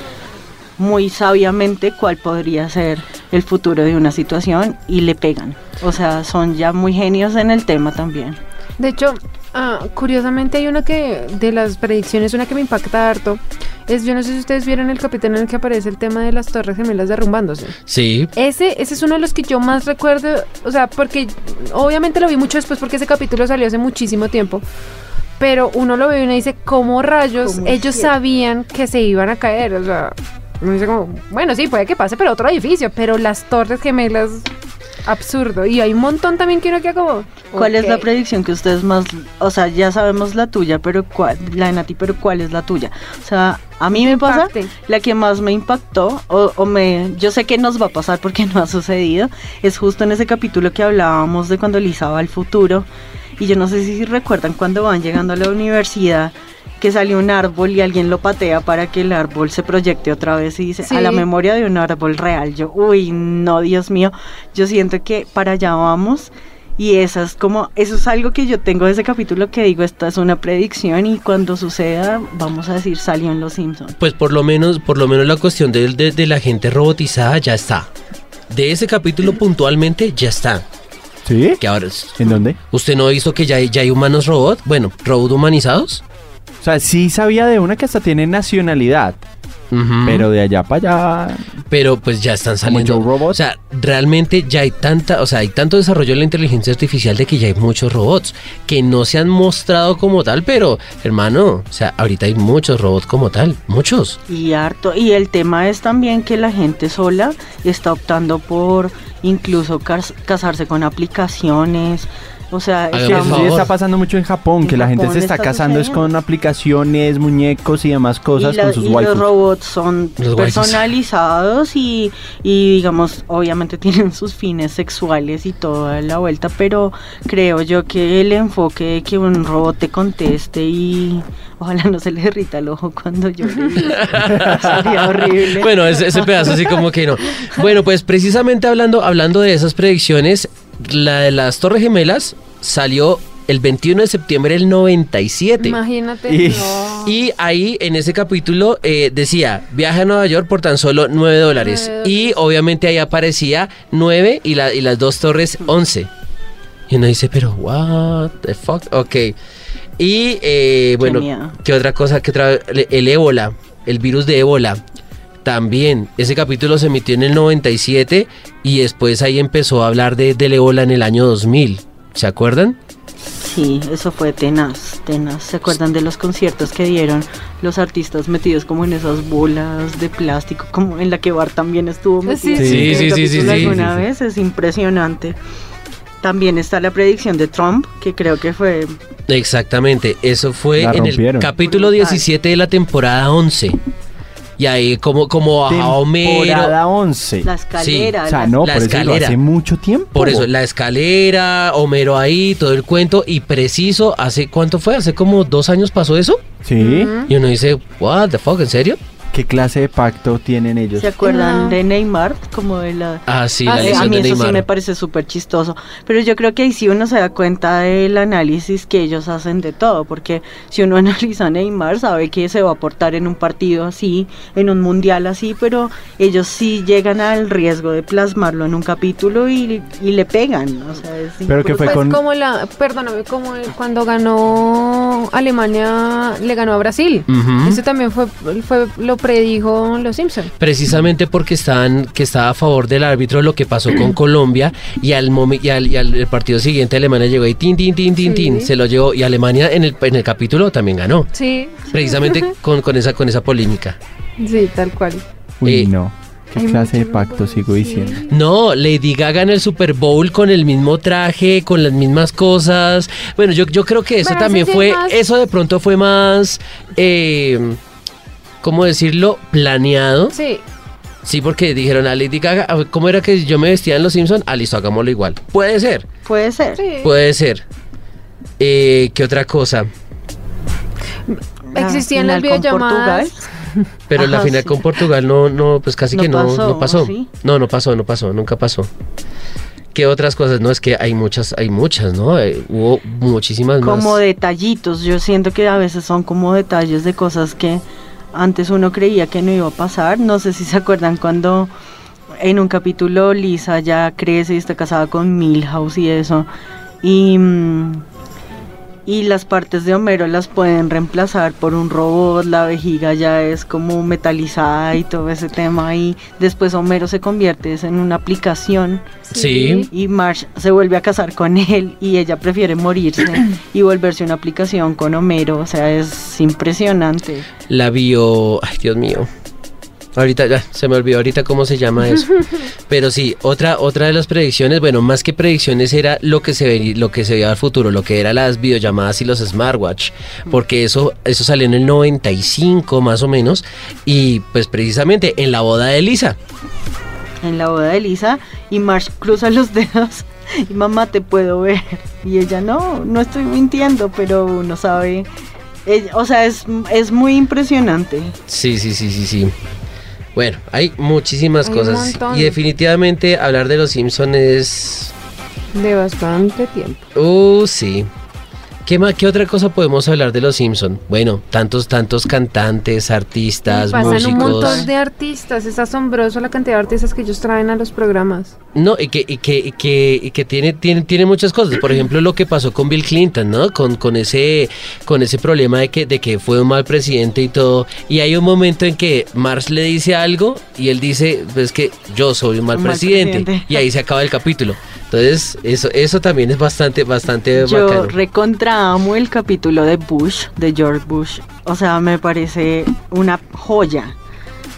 Speaker 5: muy sabiamente cuál podría ser el futuro de una situación y le pegan. O sea, son ya muy genios en el tema también.
Speaker 4: De hecho, ah, curiosamente hay una que, de las predicciones, una que me impacta harto, es, yo no sé si ustedes vieron el capítulo en el que aparece el tema de las torres gemelas derrumbándose.
Speaker 3: Sí.
Speaker 4: Ese, ese es uno de los que yo más recuerdo, o sea, porque obviamente lo vi mucho después porque ese capítulo salió hace muchísimo tiempo, pero uno lo ve y uno dice, ¿cómo rayos
Speaker 5: ¿Cómo
Speaker 4: ellos
Speaker 5: hicieron?
Speaker 4: sabían que se iban a caer? O sea, uno dice como, bueno, sí, puede que pase, pero otro edificio, pero las torres gemelas, absurdo. Y hay un montón también que uno queda como...
Speaker 5: ¿Cuál es la
Speaker 4: ok.
Speaker 5: predicción que ustedes más, o sea, ya sabemos la tuya, pero cuál, la de Nati, pero cuál es la tuya? O sea, A mí me pasa
Speaker 4: Impacte.
Speaker 5: la que más me impactó, o, o me, yo sé que nos va a pasar porque no ha sucedido, es justo en ese capítulo que hablábamos de cuando Lisa va al futuro. Y yo no sé si recuerdan cuando van llegando a la universidad que salió un árbol y alguien lo patea para que el árbol se proyecte otra vez y dice a la
Speaker 4: Sí.
Speaker 5: memoria de un árbol real. Yo, uy, no, Dios mío, yo siento que para allá vamos. Y esa es como, eso es algo que yo tengo de ese capítulo que digo, esta es una predicción y cuando suceda, vamos a decir, salió en Los Simpsons.
Speaker 3: Pues por lo menos, por lo menos la cuestión de, de- de la gente robotizada ya está. De ese capítulo puntualmente ya está.
Speaker 2: ¿Sí?
Speaker 3: Que ahora es-
Speaker 2: ¿En dónde?
Speaker 3: ¿Usted no ha visto que ya hay, ya hay humanos robot? Bueno, robot humanizados.
Speaker 2: O sea, sí sabía de una que hasta tiene nacionalidad,
Speaker 3: Ujú.
Speaker 2: pero de allá para allá.
Speaker 3: pero pues ya están saliendo.
Speaker 2: Joe Robot.
Speaker 3: O sea, realmente ya hay tanta, o sea, hay tanto desarrollo en la inteligencia artificial de que ya hay muchos robots que no se han mostrado como tal, pero hermano, o sea, ahorita hay muchos robots como tal, muchos.
Speaker 5: Y harto. Y el tema es también que la gente sola está optando por incluso cas- casarse con aplicaciones. O sea,
Speaker 3: Hágame
Speaker 2: Sí,
Speaker 3: Por
Speaker 2: eso
Speaker 5: estamos-
Speaker 2: sí
Speaker 3: favor.
Speaker 2: está pasando mucho en Japón,
Speaker 5: En
Speaker 2: que la gente
Speaker 5: Japón
Speaker 2: se está
Speaker 5: está
Speaker 2: casando es
Speaker 5: sucediendo.
Speaker 2: con aplicaciones, muñecos y demás cosas
Speaker 5: y la-
Speaker 2: con sus
Speaker 5: y los
Speaker 2: waifus.
Speaker 5: robots son
Speaker 3: Los waifus.
Speaker 5: personalizados y, y, digamos, obviamente tienen sus fines sexuales y toda la vuelta, pero creo yo que el enfoque de que un robot te conteste y ojalá no se le irrita el ojo cuando llore. Sería horrible.
Speaker 3: Bueno, ese, ese pedazo así como que no. Bueno, pues precisamente hablando, hablando de esas predicciones, la de las Torres Gemelas salió el 21 de septiembre del 97.
Speaker 4: Imagínate.
Speaker 2: Y-
Speaker 4: no.
Speaker 3: Y ahí en ese capítulo eh, decía, viaje a Nueva York por tan solo 9 dólares.
Speaker 4: Nueve
Speaker 3: Y obviamente ahí aparecía 9 y, la- y las dos torres 11. Y uno dice, pero what the fuck? Ok. Y eh, bueno,
Speaker 5: miedo.
Speaker 3: ¿qué otra cosa? que El ébola, el virus de ébola. También, ese capítulo se emitió en el 97 y después ahí empezó a hablar de, del ébola en el año 2000. ¿Se acuerdan?
Speaker 5: Sí, eso fue tenaz, tenaz. ¿Se acuerdan de los conciertos que dieron los artistas metidos como en esas bolas de plástico, como en la que Bart también estuvo metido?
Speaker 4: Sí,
Speaker 2: Sí, sí,
Speaker 5: en
Speaker 3: sí,
Speaker 5: el
Speaker 3: sí, sí,
Speaker 5: capítulo
Speaker 3: sí.
Speaker 5: alguna
Speaker 2: Sí, sí,
Speaker 5: vez es impresionante. También está la predicción de Trump, que creo que fue
Speaker 3: Exactamente, eso fue
Speaker 2: La
Speaker 3: en el
Speaker 2: rompieron.
Speaker 3: capítulo 17 de la temporada 11. Y ahí como, como bajaba Homero.
Speaker 2: Temporada 11.
Speaker 5: la escalera.
Speaker 2: o sea,
Speaker 5: la-
Speaker 2: no,
Speaker 3: la
Speaker 2: por eso lo
Speaker 3: escalera.
Speaker 2: hace mucho tiempo.
Speaker 3: Por eso, la escalera, Homero ahí, todo el cuento. Y preciso, ¿hace cuánto fue? ¿Hace como dos años pasó eso?
Speaker 2: Sí.
Speaker 3: Y uno dice, ¿What the fuck? ¿En serio?
Speaker 2: ¿Qué clase de pacto tienen ellos?
Speaker 5: ¿Se acuerdan
Speaker 4: No.
Speaker 5: de Neymar? Como de la...
Speaker 3: Ah, sí,
Speaker 4: Ah,
Speaker 3: la
Speaker 4: sí.
Speaker 5: Eh, a
Speaker 3: lesión
Speaker 5: mí
Speaker 3: de
Speaker 5: eso sí
Speaker 3: Neymar.
Speaker 5: me parece súper chistoso, pero yo creo que ahí sí uno se da cuenta del análisis que ellos hacen de todo, porque si uno analiza a Neymar sabe que se va a aportar en un partido así, en un mundial así, pero ellos sí llegan al riesgo de plasmarlo en un capítulo y, y le pegan, o sea, es
Speaker 2: Pero que fue
Speaker 4: Pues
Speaker 2: con.
Speaker 4: como la, perdóname, como el- cuando ganó Alemania, le ganó a Brasil.
Speaker 3: Ujú.
Speaker 4: Eso también fue, fue lo predijo los Simpson.
Speaker 3: precisamente porque estaban que estaba a favor del árbitro lo que pasó con Colombia y al momen- y al, y al- el partido siguiente Alemania llegó y tin tin tin tin
Speaker 4: Sí.
Speaker 3: tin se lo llevó y Alemania en el, en el capítulo también ganó
Speaker 4: Sí,
Speaker 3: precisamente con, con esa con esa polémica
Speaker 4: sí, tal cual.
Speaker 2: Uy,
Speaker 3: eh,
Speaker 2: no. ¿Qué
Speaker 4: Hay
Speaker 2: clase de
Speaker 4: mucho
Speaker 2: pacto
Speaker 4: mejor,
Speaker 2: sigo
Speaker 4: sí.
Speaker 2: diciendo?
Speaker 3: no Lady Gaga en el Super Bowl con el mismo traje con las mismas cosas bueno yo, yo creo que eso
Speaker 4: Bueno, ese
Speaker 3: también
Speaker 4: sí es
Speaker 3: fue
Speaker 4: más-
Speaker 3: eso de pronto fue más eh, cómo decirlo planeado
Speaker 4: Sí,
Speaker 3: Sí, porque dijeron a Lady Gaga, ah, ¿cómo era que yo me vestía en Los Simpsons? Ah, listo, hagámoslo igual. Puede ser,
Speaker 5: puede ser.
Speaker 4: sí.
Speaker 3: puede ser. Eh, ¿Qué otra cosa?
Speaker 5: La
Speaker 4: Existían las
Speaker 5: Ah, final con
Speaker 4: videollamadas.
Speaker 5: Portugal.
Speaker 3: Pero la
Speaker 5: Ajá,
Speaker 3: final
Speaker 5: sí.
Speaker 3: con Portugal no, no, pues casi
Speaker 5: No
Speaker 3: que no pasó.
Speaker 5: pasó,
Speaker 3: No, pasó.
Speaker 5: ¿sí?
Speaker 3: no, no pasó, no pasó, nunca pasó. ¿Qué otras cosas? No, es que hay muchas, hay muchas, ¿no? Eh, hubo muchísimas más.
Speaker 5: como detallitos. Yo siento que a veces son como detalles de cosas que antes uno creía que no iba a pasar. No sé si se acuerdan cuando en un capítulo Lisa ya crece y está casada con Milhouse y eso. Y, mm, y las partes de Homero las pueden reemplazar por un robot, la vejiga ya es como metalizada y todo ese tema. Y después Homero se convierte es en una aplicación
Speaker 3: Sí.
Speaker 5: y Marsh se vuelve a casar con él y ella prefiere morirse y volverse una aplicación con Homero. O sea, es impresionante.
Speaker 3: La bio. Ay, Dios mío. Ahorita ya, se me olvidó ahorita cómo se llama eso. Pero sí, otra, otra de las predicciones, bueno, más que predicciones era lo que se ve, lo que se veía al futuro, lo que eran las videollamadas y los smartwatch, porque eso, eso salió en el 95 más o menos, y pues precisamente en la boda de Lisa.
Speaker 5: en la boda de Lisa y Marsh cruza los dedos y mamá te puedo ver y ella no, no estoy mintiendo, pero no sabe. Ella- o sea, es, es muy impresionante.
Speaker 3: Sí, sí, sí, sí, sí. Bueno, hay muchísimas
Speaker 4: Hay un
Speaker 3: cosas.
Speaker 4: montón.
Speaker 3: Y definitivamente hablar de los Simpsons es.
Speaker 4: De bastante tiempo.
Speaker 3: Uh, sí. ¿Qué, ma- ¿Qué otra cosa podemos hablar de los Simpson? Bueno, tantos, tantos cantantes, artistas,
Speaker 4: Y pasan un
Speaker 3: músicos.
Speaker 4: montón de artistas. Es asombroso la cantidad de artistas que ellos traen a los programas.
Speaker 3: No, y que, y que, y que, y que tiene, tiene, tiene muchas cosas. Por ejemplo, lo que pasó con Bill Clinton, ¿no? Con, con ese, con ese problema de que, de que fue un mal presidente y todo. Y hay un momento en que Mars le dice algo y él dice, pues que yo soy un mal,
Speaker 5: Un mal
Speaker 3: presidente.
Speaker 5: presidente.
Speaker 3: Y ahí se acaba el capítulo. Entonces, eso, eso también es bastante, bastante
Speaker 5: Yo
Speaker 3: bacano.
Speaker 5: recontra amo el capítulo de Bush, de George Bush. O sea, me parece una joya.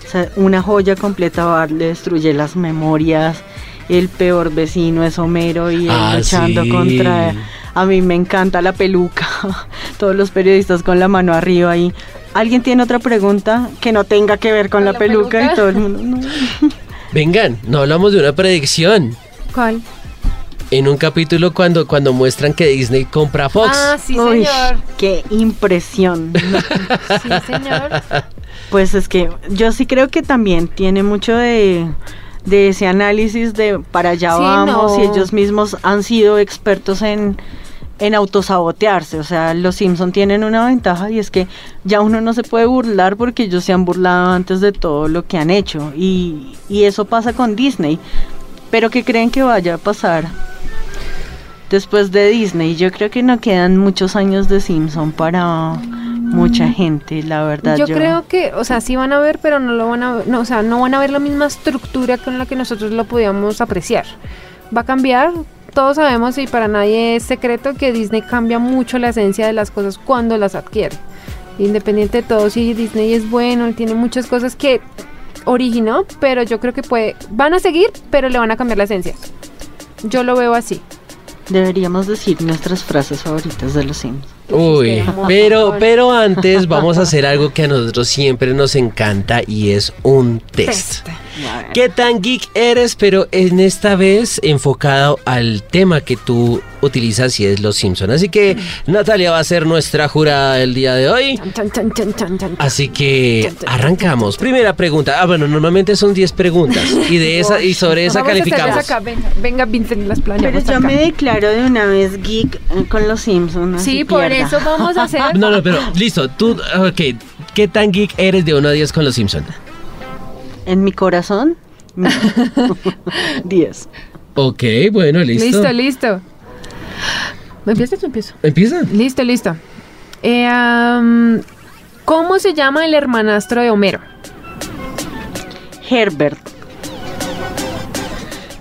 Speaker 5: O sea, una joya completa. Bart le destruye las memorias. El peor vecino es Homero y él
Speaker 3: Ah,
Speaker 5: luchando
Speaker 3: sí.
Speaker 5: contra. A mí me encanta la peluca. Todos los periodistas con la mano arriba ahí. ¿Alguien tiene otra pregunta que no tenga que ver con, la, peluca? Y todo el mundo. "No".
Speaker 3: Vengan, no hablamos de una predicción.
Speaker 4: ¿Cuál?
Speaker 3: En un capítulo cuando, cuando muestran que Disney compra Fox.
Speaker 4: Ah, sí,
Speaker 5: Uy,
Speaker 4: señor.
Speaker 5: qué impresión.
Speaker 4: Sí, señor.
Speaker 5: Pues es que yo sí creo que también tiene mucho de, de ese análisis de para allá
Speaker 4: Sí,
Speaker 5: vamos y
Speaker 4: no.
Speaker 5: ellos mismos han sido expertos en, en autosabotearse. O sea, los Simpson tienen una ventaja y es que ya uno no se puede burlar porque ellos se han burlado antes de todo lo que han hecho. Y, y eso pasa con Disney. Pero que creen que vaya a pasar después de Disney. Yo creo que no quedan muchos años de Simpson para mucha gente, la verdad.
Speaker 4: Mm. Yo creo que, o sea, sí van a ver, pero no lo van a ver, no, o sea, no van a ver la misma estructura con la que nosotros lo podíamos apreciar. Va a cambiar, todos sabemos y para nadie es secreto que Disney cambia mucho la esencia de las cosas cuando las adquiere. Independiente de todo, si Disney es bueno, él tiene muchas cosas que originó, pero yo creo que puede, van a seguir, pero le van a cambiar la esencia. Yo lo veo así.
Speaker 5: Deberíamos decir nuestras frases favoritas de los Sims.
Speaker 3: Uy,
Speaker 4: Ustedes,
Speaker 3: pero,
Speaker 4: por
Speaker 3: pero antes vamos a hacer algo que a nosotros siempre nos encanta y es un test. ¿Qué tan geek eres? Pero en esta vez enfocado al tema que tú utilizas y es Los Simpson. Así que Natalia va a ser nuestra jurada el día de hoy.
Speaker 4: Chan, chan, chan, chan, chan, chan.
Speaker 3: Así que arrancamos. Primera pregunta. Ah, bueno, normalmente son 10 preguntas y de esa y sobre esa
Speaker 4: Vamos a hacerlas
Speaker 3: calificamos.
Speaker 4: acá, venga, venga, Vincent, las
Speaker 5: Pero
Speaker 4: planeamos
Speaker 5: yo
Speaker 4: acá.
Speaker 5: me declaro de una vez geek eh, con los Simpsons.
Speaker 4: Sí, por eso vamos a hacer.
Speaker 3: No, no, pero listo. Tú, ah, ok. ¿Qué tan geek eres de 1 a 10 con Los Simpson?
Speaker 5: En mi corazón, 10.
Speaker 3: Ok, bueno, listo.
Speaker 4: Listo, listo. ¿Me empiezas o empiezo?
Speaker 3: Empieza.
Speaker 4: Listo, listo. Eh, am, ¿Cómo se llama el hermanastro de Homero?
Speaker 5: Herbert.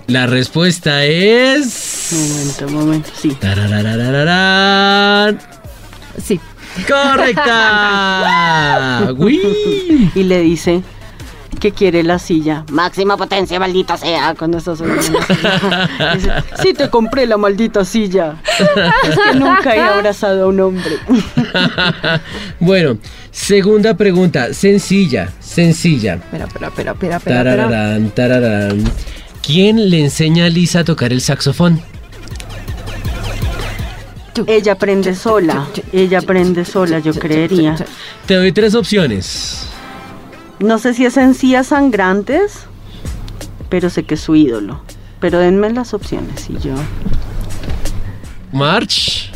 Speaker 3: La respuesta es.
Speaker 5: Momento, momento, sí.
Speaker 3: Tararararararán.
Speaker 4: Sí.
Speaker 3: ¡Correcta! ¡Uy!
Speaker 5: Y le dice que quiere la silla. Máxima potencia, maldita sea. Cuando estás oyendo la silla. Dice, sí, te compré la maldita silla. Es que nunca he abrazado a un hombre.
Speaker 3: bueno, segunda pregunta. Sencilla, sencilla.
Speaker 4: Espera, espera, espera, espera, espera, espera.
Speaker 3: Tarararán, tarararán. ¿Quién le enseña a Lisa a tocar el saxofón?
Speaker 5: Ella aprende sola. Ella aprende sola, yo creería.
Speaker 3: Te doy tres opciones.
Speaker 5: No sé si es encías sangrantes, pero sé que es su ídolo. Pero denme las opciones y yo.
Speaker 3: March,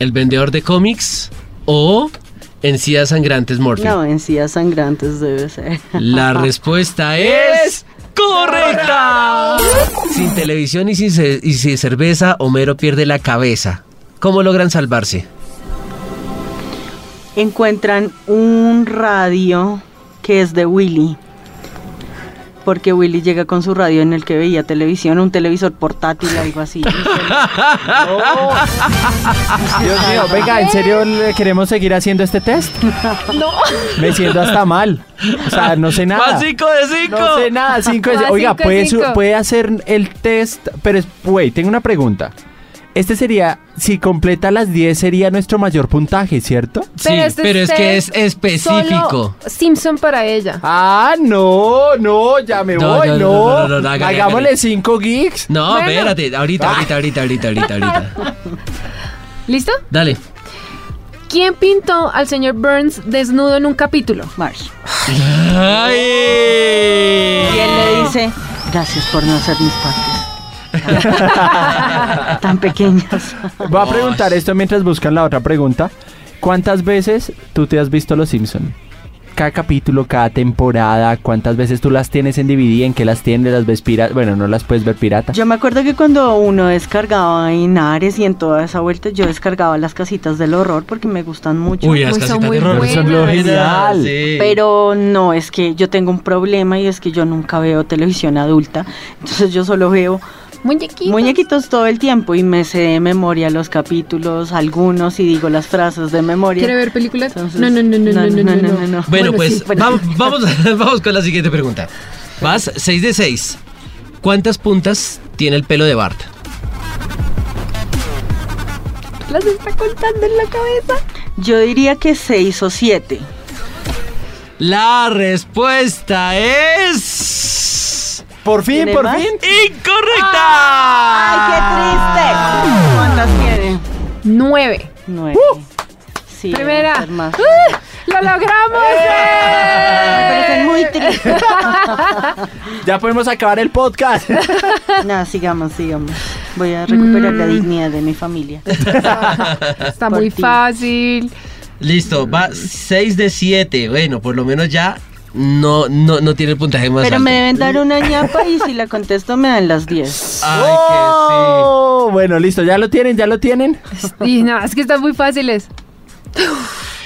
Speaker 3: el vendedor de cómics o Encías Sangrantes Morphy.
Speaker 5: No, encías sangrantes debe ser.
Speaker 3: La respuesta es correcta. Sin televisión y sin, ce- y sin cerveza, Homero pierde la cabeza. ¿Cómo logran salvarse?
Speaker 5: Encuentran un radio que es de Willy. porque Willy llega con su radio en el que veía televisión, un televisor portátil, algo así. y se lo-
Speaker 7: Oh.
Speaker 2: Dios mío, venga, ¿en serio le queremos seguir haciendo este test?
Speaker 4: No.
Speaker 2: Me siento hasta mal. O sea, no sé nada.
Speaker 7: Más cinco de cinco.
Speaker 2: No sé nada, cinco de-
Speaker 4: Más
Speaker 2: Oiga,
Speaker 4: cinco de
Speaker 2: puede, su-
Speaker 4: cinco.
Speaker 2: puede hacer el test, pero es, güey, tengo una pregunta. Este sería, si completa las 10 sería nuestro mayor puntaje, ¿cierto?
Speaker 3: Sí,
Speaker 4: este
Speaker 3: pero es que es
Speaker 4: test
Speaker 3: específico.
Speaker 4: solo Simpson para ella.
Speaker 2: Ah, no, no, ya me
Speaker 3: No,
Speaker 2: voy,
Speaker 3: no,
Speaker 2: no.
Speaker 3: no, no, no, no, hágale,
Speaker 2: Hagámosle
Speaker 3: hágale.
Speaker 2: 5 gigs.
Speaker 3: No,
Speaker 4: Bueno.
Speaker 3: espérate, ahorita, ahorita, ahorita, ahorita, ahorita, ahorita.
Speaker 4: ¿Listo?
Speaker 3: Dale.
Speaker 4: ¿Quién pintó al señor Burns desnudo en un capítulo?
Speaker 5: Marsh.
Speaker 3: ¡Ay!
Speaker 5: Y él le dice, gracias por no hacer mis partes. Tan pequeñas.
Speaker 2: Voy a preguntar esto mientras buscan la otra pregunta. ¿Cuántas veces tú te has visto Los Simpson? Cada capítulo, cada temporada, ¿cuántas veces tú las tienes en DVD? ¿En qué las tienes? ¿Las ves pirata? Bueno, no las puedes ver pirata.
Speaker 5: Yo me acuerdo que cuando uno descargaba en Ares y en toda esa vuelta, yo descargaba las casitas del horror porque me gustan mucho.
Speaker 3: Uy, eh. las
Speaker 4: Uy, son
Speaker 3: casitas
Speaker 4: muy
Speaker 3: de horror.
Speaker 4: buenas. Son lo
Speaker 2: genial.
Speaker 3: Sí.
Speaker 5: Pero no, es que yo tengo un problema y es que yo nunca veo televisión adulta. Entonces yo solo veo
Speaker 4: Muñequito.
Speaker 5: muñequitos todo el tiempo y me sé de memoria los capítulos, algunos, y digo las frases de memoria.
Speaker 4: ¿Quiere ver películas?
Speaker 5: Entonces,
Speaker 4: no, no, no, no, no, no, no, no.
Speaker 3: Bueno,
Speaker 5: Bueno,
Speaker 3: pues
Speaker 5: sí, bueno.
Speaker 3: vam- Vamos, vamos con la siguiente pregunta. Vas 6 de 6. ¿Cuántas puntas tiene el pelo de Bart?
Speaker 4: Las está contando en la cabeza.
Speaker 5: Yo diría que seis o siete.
Speaker 3: La respuesta es...
Speaker 2: Por fin,
Speaker 5: ¿Tiene
Speaker 2: por
Speaker 5: más?
Speaker 2: fin.
Speaker 3: ¡Incorrecta!
Speaker 5: ¡Ay, qué triste! ¿Cuántas tiene? Uh.
Speaker 4: Nueve.
Speaker 5: Ah. Nueve. Sí, deben
Speaker 4: Primera.
Speaker 5: ser más.
Speaker 4: ¡Ah! ¡Lo logramos!
Speaker 5: Me parecen muy tristes.
Speaker 2: Ya podemos acabar el podcast.
Speaker 5: Nada, sigamos, sigamos. Voy a recuperar la dignidad de mi familia.
Speaker 4: Está
Speaker 5: Por
Speaker 4: muy
Speaker 5: ti.
Speaker 4: fácil.
Speaker 3: Listo, va 6 de 7. Bueno, por lo menos ya no, no, no tiene el puntaje más
Speaker 5: Pero
Speaker 3: alto.
Speaker 5: me deben dar una ñapa y si la contesto me dan las 10.
Speaker 3: Ay, que
Speaker 2: Oh, Bueno, listo, ya lo tienen, ya lo tienen.
Speaker 4: Y no, es que están muy fáciles.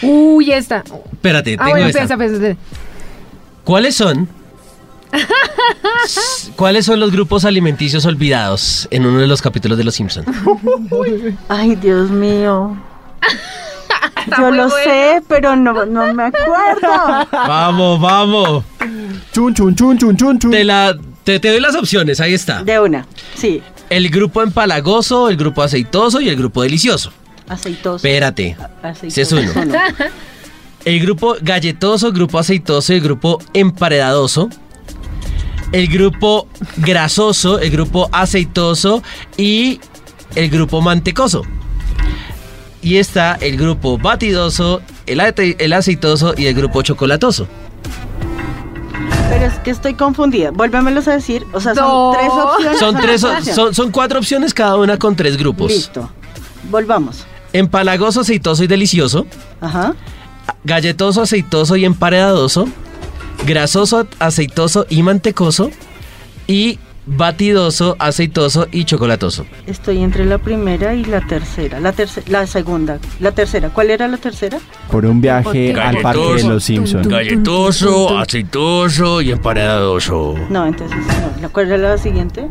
Speaker 4: Uy, esta.
Speaker 3: sí. Espérate,
Speaker 4: Ah,
Speaker 3: tengo
Speaker 4: bueno,
Speaker 3: esta.
Speaker 4: piensa, piensa. piensa.
Speaker 3: ¿Cuáles son? S- ¿Cuáles son los grupos alimenticios olvidados en uno de los capítulos de Los Simpsons?
Speaker 5: Ay, Dios mío. Yo lo sé, pero no, no me acuerdo.
Speaker 3: Vamos, vamos.
Speaker 2: Chun, chun, chun, chun, chun, chun.
Speaker 3: Te, la, te, te doy las opciones, ahí está.
Speaker 5: De una, sí.
Speaker 3: El grupo empalagoso, el grupo aceitoso y el grupo delicioso.
Speaker 5: Aceitoso.
Speaker 3: Espérate.
Speaker 5: aceitoso.
Speaker 3: ese es uno. El grupo galletoso, grupo aceitoso y el grupo emparedadoso. El grupo grasoso, el grupo aceitoso y el grupo mantecoso. Y está el grupo batidoso, el, ate- el aceitoso y el grupo chocolatoso.
Speaker 5: Pero es que estoy confundida. Vuélvemelos a decir. O sea, son
Speaker 4: No.
Speaker 5: tres opciones.
Speaker 3: Son, tres, o-
Speaker 5: Gracias.
Speaker 3: son, pues. son cuatro opciones cada una con tres grupos.
Speaker 5: Listo. Volvamos.
Speaker 3: Empalagoso, aceitoso y delicioso.
Speaker 5: Ajá.
Speaker 3: galletoso, aceitoso y emparedadoso, grasoso, aceitoso y mantecoso, y batidoso, aceitoso y chocolatoso.
Speaker 5: Estoy entre la primera y la tercera. La tercera, la segunda. La tercera. ¿Cuál era la tercera?
Speaker 2: Por un viaje al parque de
Speaker 8: Galletos.
Speaker 2: los Simpsons.
Speaker 8: Galletoso, aceitoso y emparedadoso.
Speaker 5: No, entonces no. ¿La- ¿Cuál era la siguiente?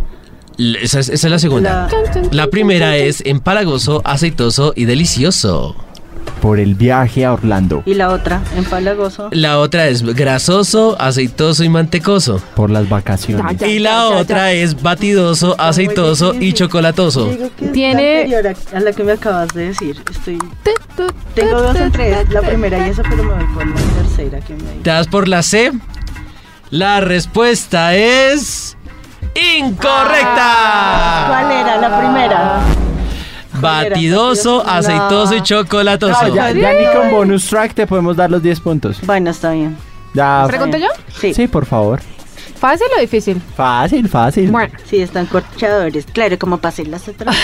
Speaker 3: L- Esa es, esa es la segunda.
Speaker 5: La-
Speaker 3: La primera es empalagoso, aceitoso y delicioso.
Speaker 2: Por el viaje a Orlando.
Speaker 5: Y la otra, empalagoso.
Speaker 3: La otra es grasoso, aceitoso y mantecoso.
Speaker 2: Por las vacaciones.
Speaker 3: Y la otra es batidoso, aceitoso y chocolatoso.
Speaker 5: Digo que es la
Speaker 4: Tiene-
Speaker 5: anterior a, a la que me acabas de decir. Estoy.
Speaker 4: Tu, tu,
Speaker 5: Tengo
Speaker 4: tu,
Speaker 5: dos
Speaker 4: tu,
Speaker 5: entre
Speaker 4: tu,
Speaker 5: la
Speaker 4: tu.
Speaker 5: primera y esa, pero me voy por la tercera que me
Speaker 3: ¿Te das por la C? La respuesta es incorrecta.
Speaker 5: ¿Cuál era la primera? ¿Cuál era?
Speaker 3: Batidoso,
Speaker 5: No.
Speaker 3: aceitoso y chocolatoso.
Speaker 2: No, ya, ya ni con bonus track te podemos dar los 10 puntos.
Speaker 5: Bueno, está bien.
Speaker 3: Ah.
Speaker 2: Ya.
Speaker 4: ¿Pregunto yo?
Speaker 5: Sí. sí.
Speaker 2: Sí, por favor.
Speaker 4: ¿Fácil o difícil?
Speaker 2: Fácil, fácil.
Speaker 4: Bueno,
Speaker 5: están corchadores. Claro, como pasé las otras.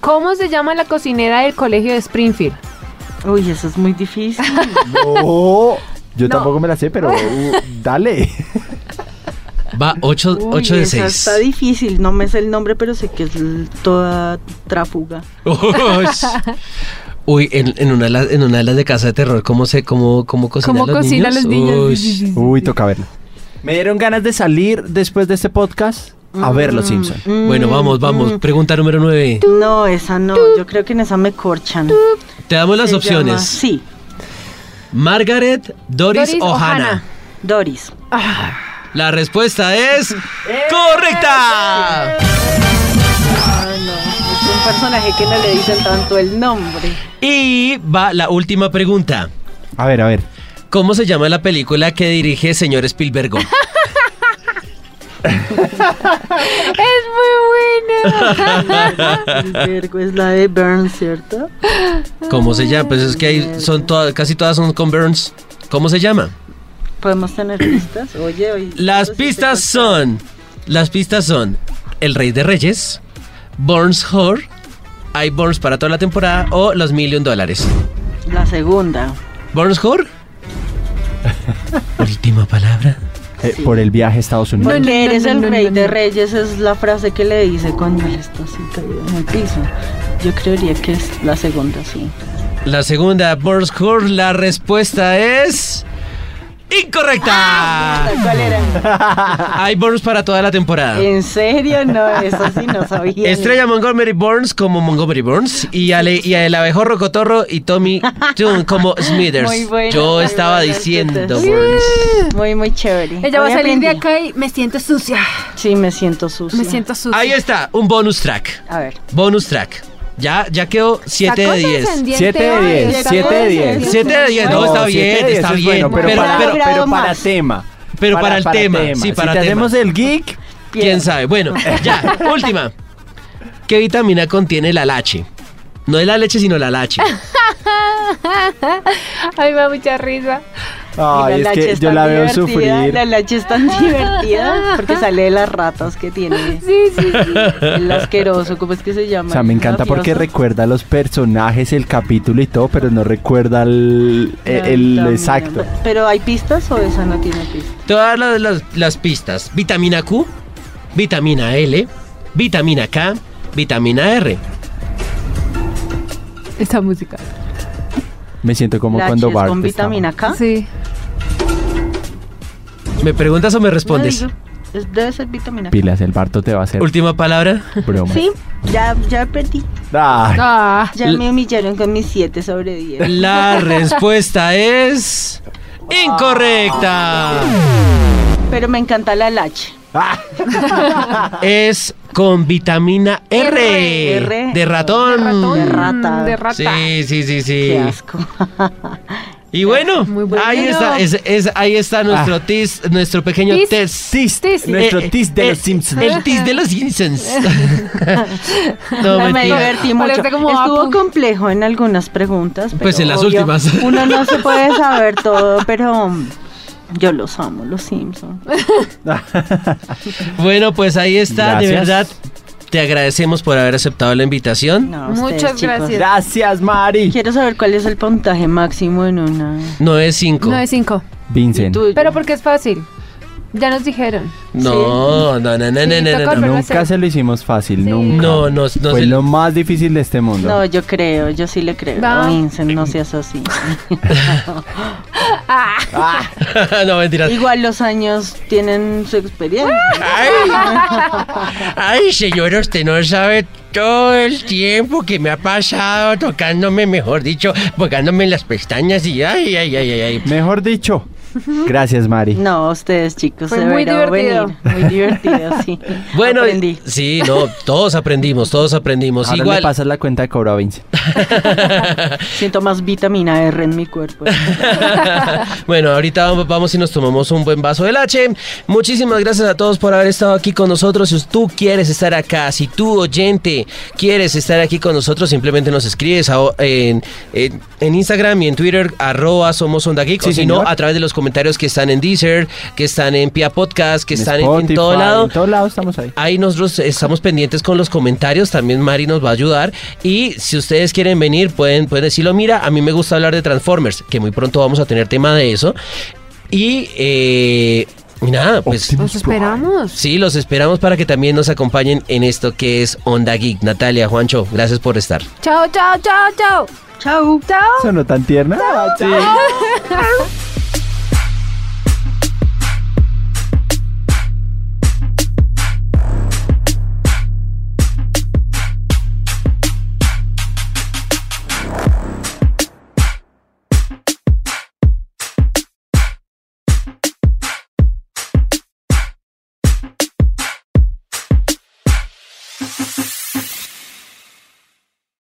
Speaker 4: ¿cómo se llama la cocinera del colegio de Springfield?
Speaker 5: Uy, eso es muy difícil.
Speaker 2: No, yo tampoco me la sé, pero uh, dale.
Speaker 3: Va 8,
Speaker 5: Uy,
Speaker 3: de
Speaker 5: esa
Speaker 3: 6.
Speaker 5: Está difícil, no me sé el nombre, pero sé que es l- toda tráfuga.
Speaker 3: Uy, en, en una de las, en una de las de Casa de Terror, ¿cómo se cómo, cómo cocina
Speaker 4: ¿Cómo
Speaker 3: a los
Speaker 4: cocina a
Speaker 3: niños?
Speaker 4: los niños?
Speaker 3: Uy,
Speaker 4: Sí, sí, sí.
Speaker 2: Uy, toca verla. Me dieron ganas de salir después de este podcast a ver Los Simpson.
Speaker 3: Bueno, vamos, vamos. Pregunta número 9.
Speaker 5: No, esa no. Yo creo que en esa me corchan.
Speaker 3: Te damos las
Speaker 5: Se
Speaker 3: opciones.
Speaker 5: llama- Sí,
Speaker 3: Margaret, Doris,
Speaker 4: Doris
Speaker 3: o
Speaker 4: o
Speaker 3: Hannah.
Speaker 4: Hannah.
Speaker 5: Doris.
Speaker 3: La respuesta es correcta.
Speaker 5: Ah, no. Es un personaje que no le dicen tanto el nombre.
Speaker 3: Y va la última pregunta.
Speaker 2: A ver, a ver.
Speaker 3: ¿Cómo se llama la película que dirige señor Spielberg?
Speaker 4: Es muy buena.
Speaker 5: El vergo es la de Burn, ¿cierto?
Speaker 3: ¿Cómo se llama? Pues es que ahí son todas, casi todas son con Burns. ¿Cómo se llama?
Speaker 5: Podemos tener pistas. Oye, oye.
Speaker 3: Las
Speaker 5: esto sí
Speaker 3: pistas
Speaker 5: se corta.
Speaker 3: son, las pistas son El Rey de Reyes, Burns Horror, hay Burns para toda la temporada o los Million Dólares.
Speaker 5: La segunda.
Speaker 3: Burns Horror. Última palabra.
Speaker 2: Eh, Por el viaje a Estados Unidos.
Speaker 4: no,
Speaker 5: Porque
Speaker 4: no,
Speaker 5: eres
Speaker 4: no,
Speaker 5: el
Speaker 4: no,
Speaker 5: rey
Speaker 4: no,
Speaker 5: de
Speaker 4: no.
Speaker 5: reyes es la frase que le dice cuando él está así caído en el piso. Yo creería que es la segunda, sí.
Speaker 3: La segunda, Burns Horror, la respuesta es... ¡Incorrecta!
Speaker 5: ¿Cuál era?
Speaker 3: Hay Burns para toda la temporada.
Speaker 5: ¿En serio? No, eso sí no sabía.
Speaker 3: Estrella Montgomery Burns como Montgomery Burns y, Ale, y el abejorro cotorro y Tommy Tune como
Speaker 5: Muy
Speaker 3: Smithers.
Speaker 5: buena,
Speaker 3: Yo
Speaker 5: muy
Speaker 3: estaba
Speaker 5: buena,
Speaker 3: diciendo
Speaker 5: entonces.
Speaker 3: Burns.
Speaker 5: Muy, muy chévere.
Speaker 4: Ella va a
Speaker 5: Hoy
Speaker 4: salir de
Speaker 5: aprendí.
Speaker 4: acá y me siento sucia.
Speaker 5: Sí, me siento sucia.
Speaker 4: Me siento sucia.
Speaker 3: Ahí está, un bonus track.
Speaker 5: A ver.
Speaker 3: Bonus track. Ya, ya quedó 7 de 10.
Speaker 2: 7 de 10, 7 de
Speaker 5: Siete
Speaker 2: 10.
Speaker 3: 7 de 10, no,
Speaker 2: No,
Speaker 3: está
Speaker 2: siete de
Speaker 3: bien,
Speaker 2: diez
Speaker 3: está
Speaker 2: es
Speaker 3: bien.
Speaker 2: bueno,
Speaker 3: pero,
Speaker 2: pero, para,
Speaker 3: pero-
Speaker 5: Grado
Speaker 2: pero para
Speaker 5: más.
Speaker 2: tema.
Speaker 3: Pero para el tema, sí, para
Speaker 2: si
Speaker 3: tema.
Speaker 2: tenemos el geek,
Speaker 3: quién sabe. Bueno, ya, última. ¿Qué vitamina contiene la lache? No es la leche, sino la lache.
Speaker 4: Ay, me da mucha risa.
Speaker 2: ay,
Speaker 5: Y
Speaker 2: es
Speaker 5: la Lache
Speaker 2: que
Speaker 5: es
Speaker 2: yo
Speaker 5: tan
Speaker 2: la veo
Speaker 5: divertida,
Speaker 2: sufrir.
Speaker 5: La lache es tan divertida porque sale de las ratas que tiene.
Speaker 4: Sí, sí, sí.
Speaker 5: El asqueroso, ¿cómo es que se llama?
Speaker 2: O sea, me encanta porque
Speaker 5: Mafioso.
Speaker 2: recuerda los personajes, el capítulo y todo, pero no recuerda el, eh, el- el
Speaker 5: Ay,
Speaker 2: exacto.
Speaker 5: también. Pero hay pistas o esa no tiene pistas.
Speaker 3: Todas las, las- las pistas. Vitamina Q, vitamina L, vitamina K, vitamina R.
Speaker 4: Esta música.
Speaker 2: Me siento como
Speaker 5: La
Speaker 2: cuando
Speaker 5: H es
Speaker 2: Bart.
Speaker 5: con
Speaker 2: estaba-
Speaker 5: vitamina K.
Speaker 4: Sí.
Speaker 3: ¿Me preguntas o me respondes?
Speaker 5: No, digo, es- debe ser vitamina K.
Speaker 2: Pilas, el Barto te va a hacer
Speaker 3: Última palabra.
Speaker 2: broma.
Speaker 5: Sí, ya, ya perdí.
Speaker 2: Ay,
Speaker 4: Ah,
Speaker 5: Ya
Speaker 3: L-
Speaker 5: me humillaron con mis 7 sobre 10.
Speaker 3: La respuesta es incorrecta.
Speaker 5: Pero me encanta la lache.
Speaker 2: ah,
Speaker 3: Es con vitamina R,
Speaker 5: R.
Speaker 3: de ratón.
Speaker 5: De rata.
Speaker 4: Mm, De rata.
Speaker 3: Sí, sí, sí, sí.
Speaker 5: Qué asco.
Speaker 3: Y bueno,
Speaker 4: Muy bueno.
Speaker 3: ahí está, es- es- ahí está nuestro tis- nuestro pequeño
Speaker 4: Tis.
Speaker 3: test.
Speaker 2: tis,
Speaker 4: Tis.
Speaker 2: Ah. nuestro
Speaker 3: Eh,
Speaker 2: tis de
Speaker 3: eh,
Speaker 2: los Simpsons.
Speaker 3: El tis de los Simpsons. no,
Speaker 5: No, me
Speaker 3: mentira.
Speaker 5: divertí mucho.
Speaker 4: Parece como
Speaker 5: Estuvo
Speaker 4: Apu.
Speaker 5: complejo en algunas preguntas. pero
Speaker 3: Pues en las
Speaker 5: obvio,
Speaker 3: últimas.
Speaker 5: Uno no se puede saber todo, pero um, yo los amo, los Simpsons.
Speaker 4: Eh,
Speaker 5: eh,
Speaker 3: Bueno, pues ahí está, de
Speaker 2: Gracias.
Speaker 3: verdad. Te agradecemos por haber aceptado la invitación.
Speaker 4: Muchas gracias.
Speaker 2: Gracias, Mari.
Speaker 5: Quiero saber cuál es el puntaje máximo en una.
Speaker 3: No es 5.
Speaker 4: No
Speaker 3: No,
Speaker 4: de 5.
Speaker 2: Vincent.
Speaker 5: Tuyo.
Speaker 4: Pero porque es fácil. Ya nos dijeron.
Speaker 3: no, no, no, no,
Speaker 4: Sí,
Speaker 3: no, no,
Speaker 4: toca
Speaker 3: no.
Speaker 4: volver.
Speaker 2: Nunca
Speaker 4: Gracias.
Speaker 2: se lo hicimos fácil,
Speaker 4: Sí.
Speaker 2: nunca.
Speaker 3: No, no, no se-
Speaker 2: Fue lo más difícil de este mundo.
Speaker 5: No, yo creo, yo sí le creo.
Speaker 4: Va.
Speaker 5: Vincent, no seas así.
Speaker 3: no, mentiras.
Speaker 5: Igual los años tienen su experiencia.
Speaker 3: Ah. Ay, señor, usted no sabe todo el tiempo que me ha pasado tocándome, mejor dicho, tocándome las pestañas y ay, ay, ay, ay, ay.
Speaker 2: Mejor dicho, gracias, Mari.
Speaker 5: No, ustedes chicos,
Speaker 4: Fue
Speaker 5: se
Speaker 4: muy
Speaker 5: verán
Speaker 4: divertido.
Speaker 5: venir. Muy divertido, sí.
Speaker 3: Bueno,
Speaker 5: Aprendí.
Speaker 3: sí, no, todos aprendimos, todos aprendimos.
Speaker 2: Ahora le
Speaker 3: pues Igual.
Speaker 2: pasas la cuenta de cobra a Vincent.
Speaker 5: Siento más vitamina R en mi cuerpo.
Speaker 3: bueno, ahorita vam- vamos y nos tomamos un buen vaso de lache. Muchísimas gracias a todos por haber estado aquí con nosotros. Si tú quieres estar acá, si tú oyente quieres estar aquí con nosotros, simplemente nos escribes a- en, en- en Instagram y en Twitter, arroba somos Onda Geek,
Speaker 2: Sí,
Speaker 3: o si no,
Speaker 2: señor.
Speaker 3: a través de los comentarios que están en Deezer, que están en Pia Podcast, que
Speaker 2: En
Speaker 3: están en- en
Speaker 2: Spotify,
Speaker 3: todo lado.
Speaker 2: En todos lados estamos ahí.
Speaker 3: Ahí nosotros estamos pendientes con los comentarios, también Mari nos va a ayudar y si ustedes quieren venir pueden, pueden decirlo, mira, a mí me gusta hablar de Transformers, que muy pronto vamos a tener tema de eso. Y, eh, y nada, pues
Speaker 4: Nos esperamos.
Speaker 3: sí, los esperamos para que también nos acompañen en esto que es Onda Geek. Natalia, Juancho, gracias por estar.
Speaker 4: Chao, chao, chao, chao.
Speaker 5: Chau.
Speaker 4: Chao.
Speaker 2: Sonó tan tierna. Sí.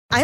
Speaker 9: I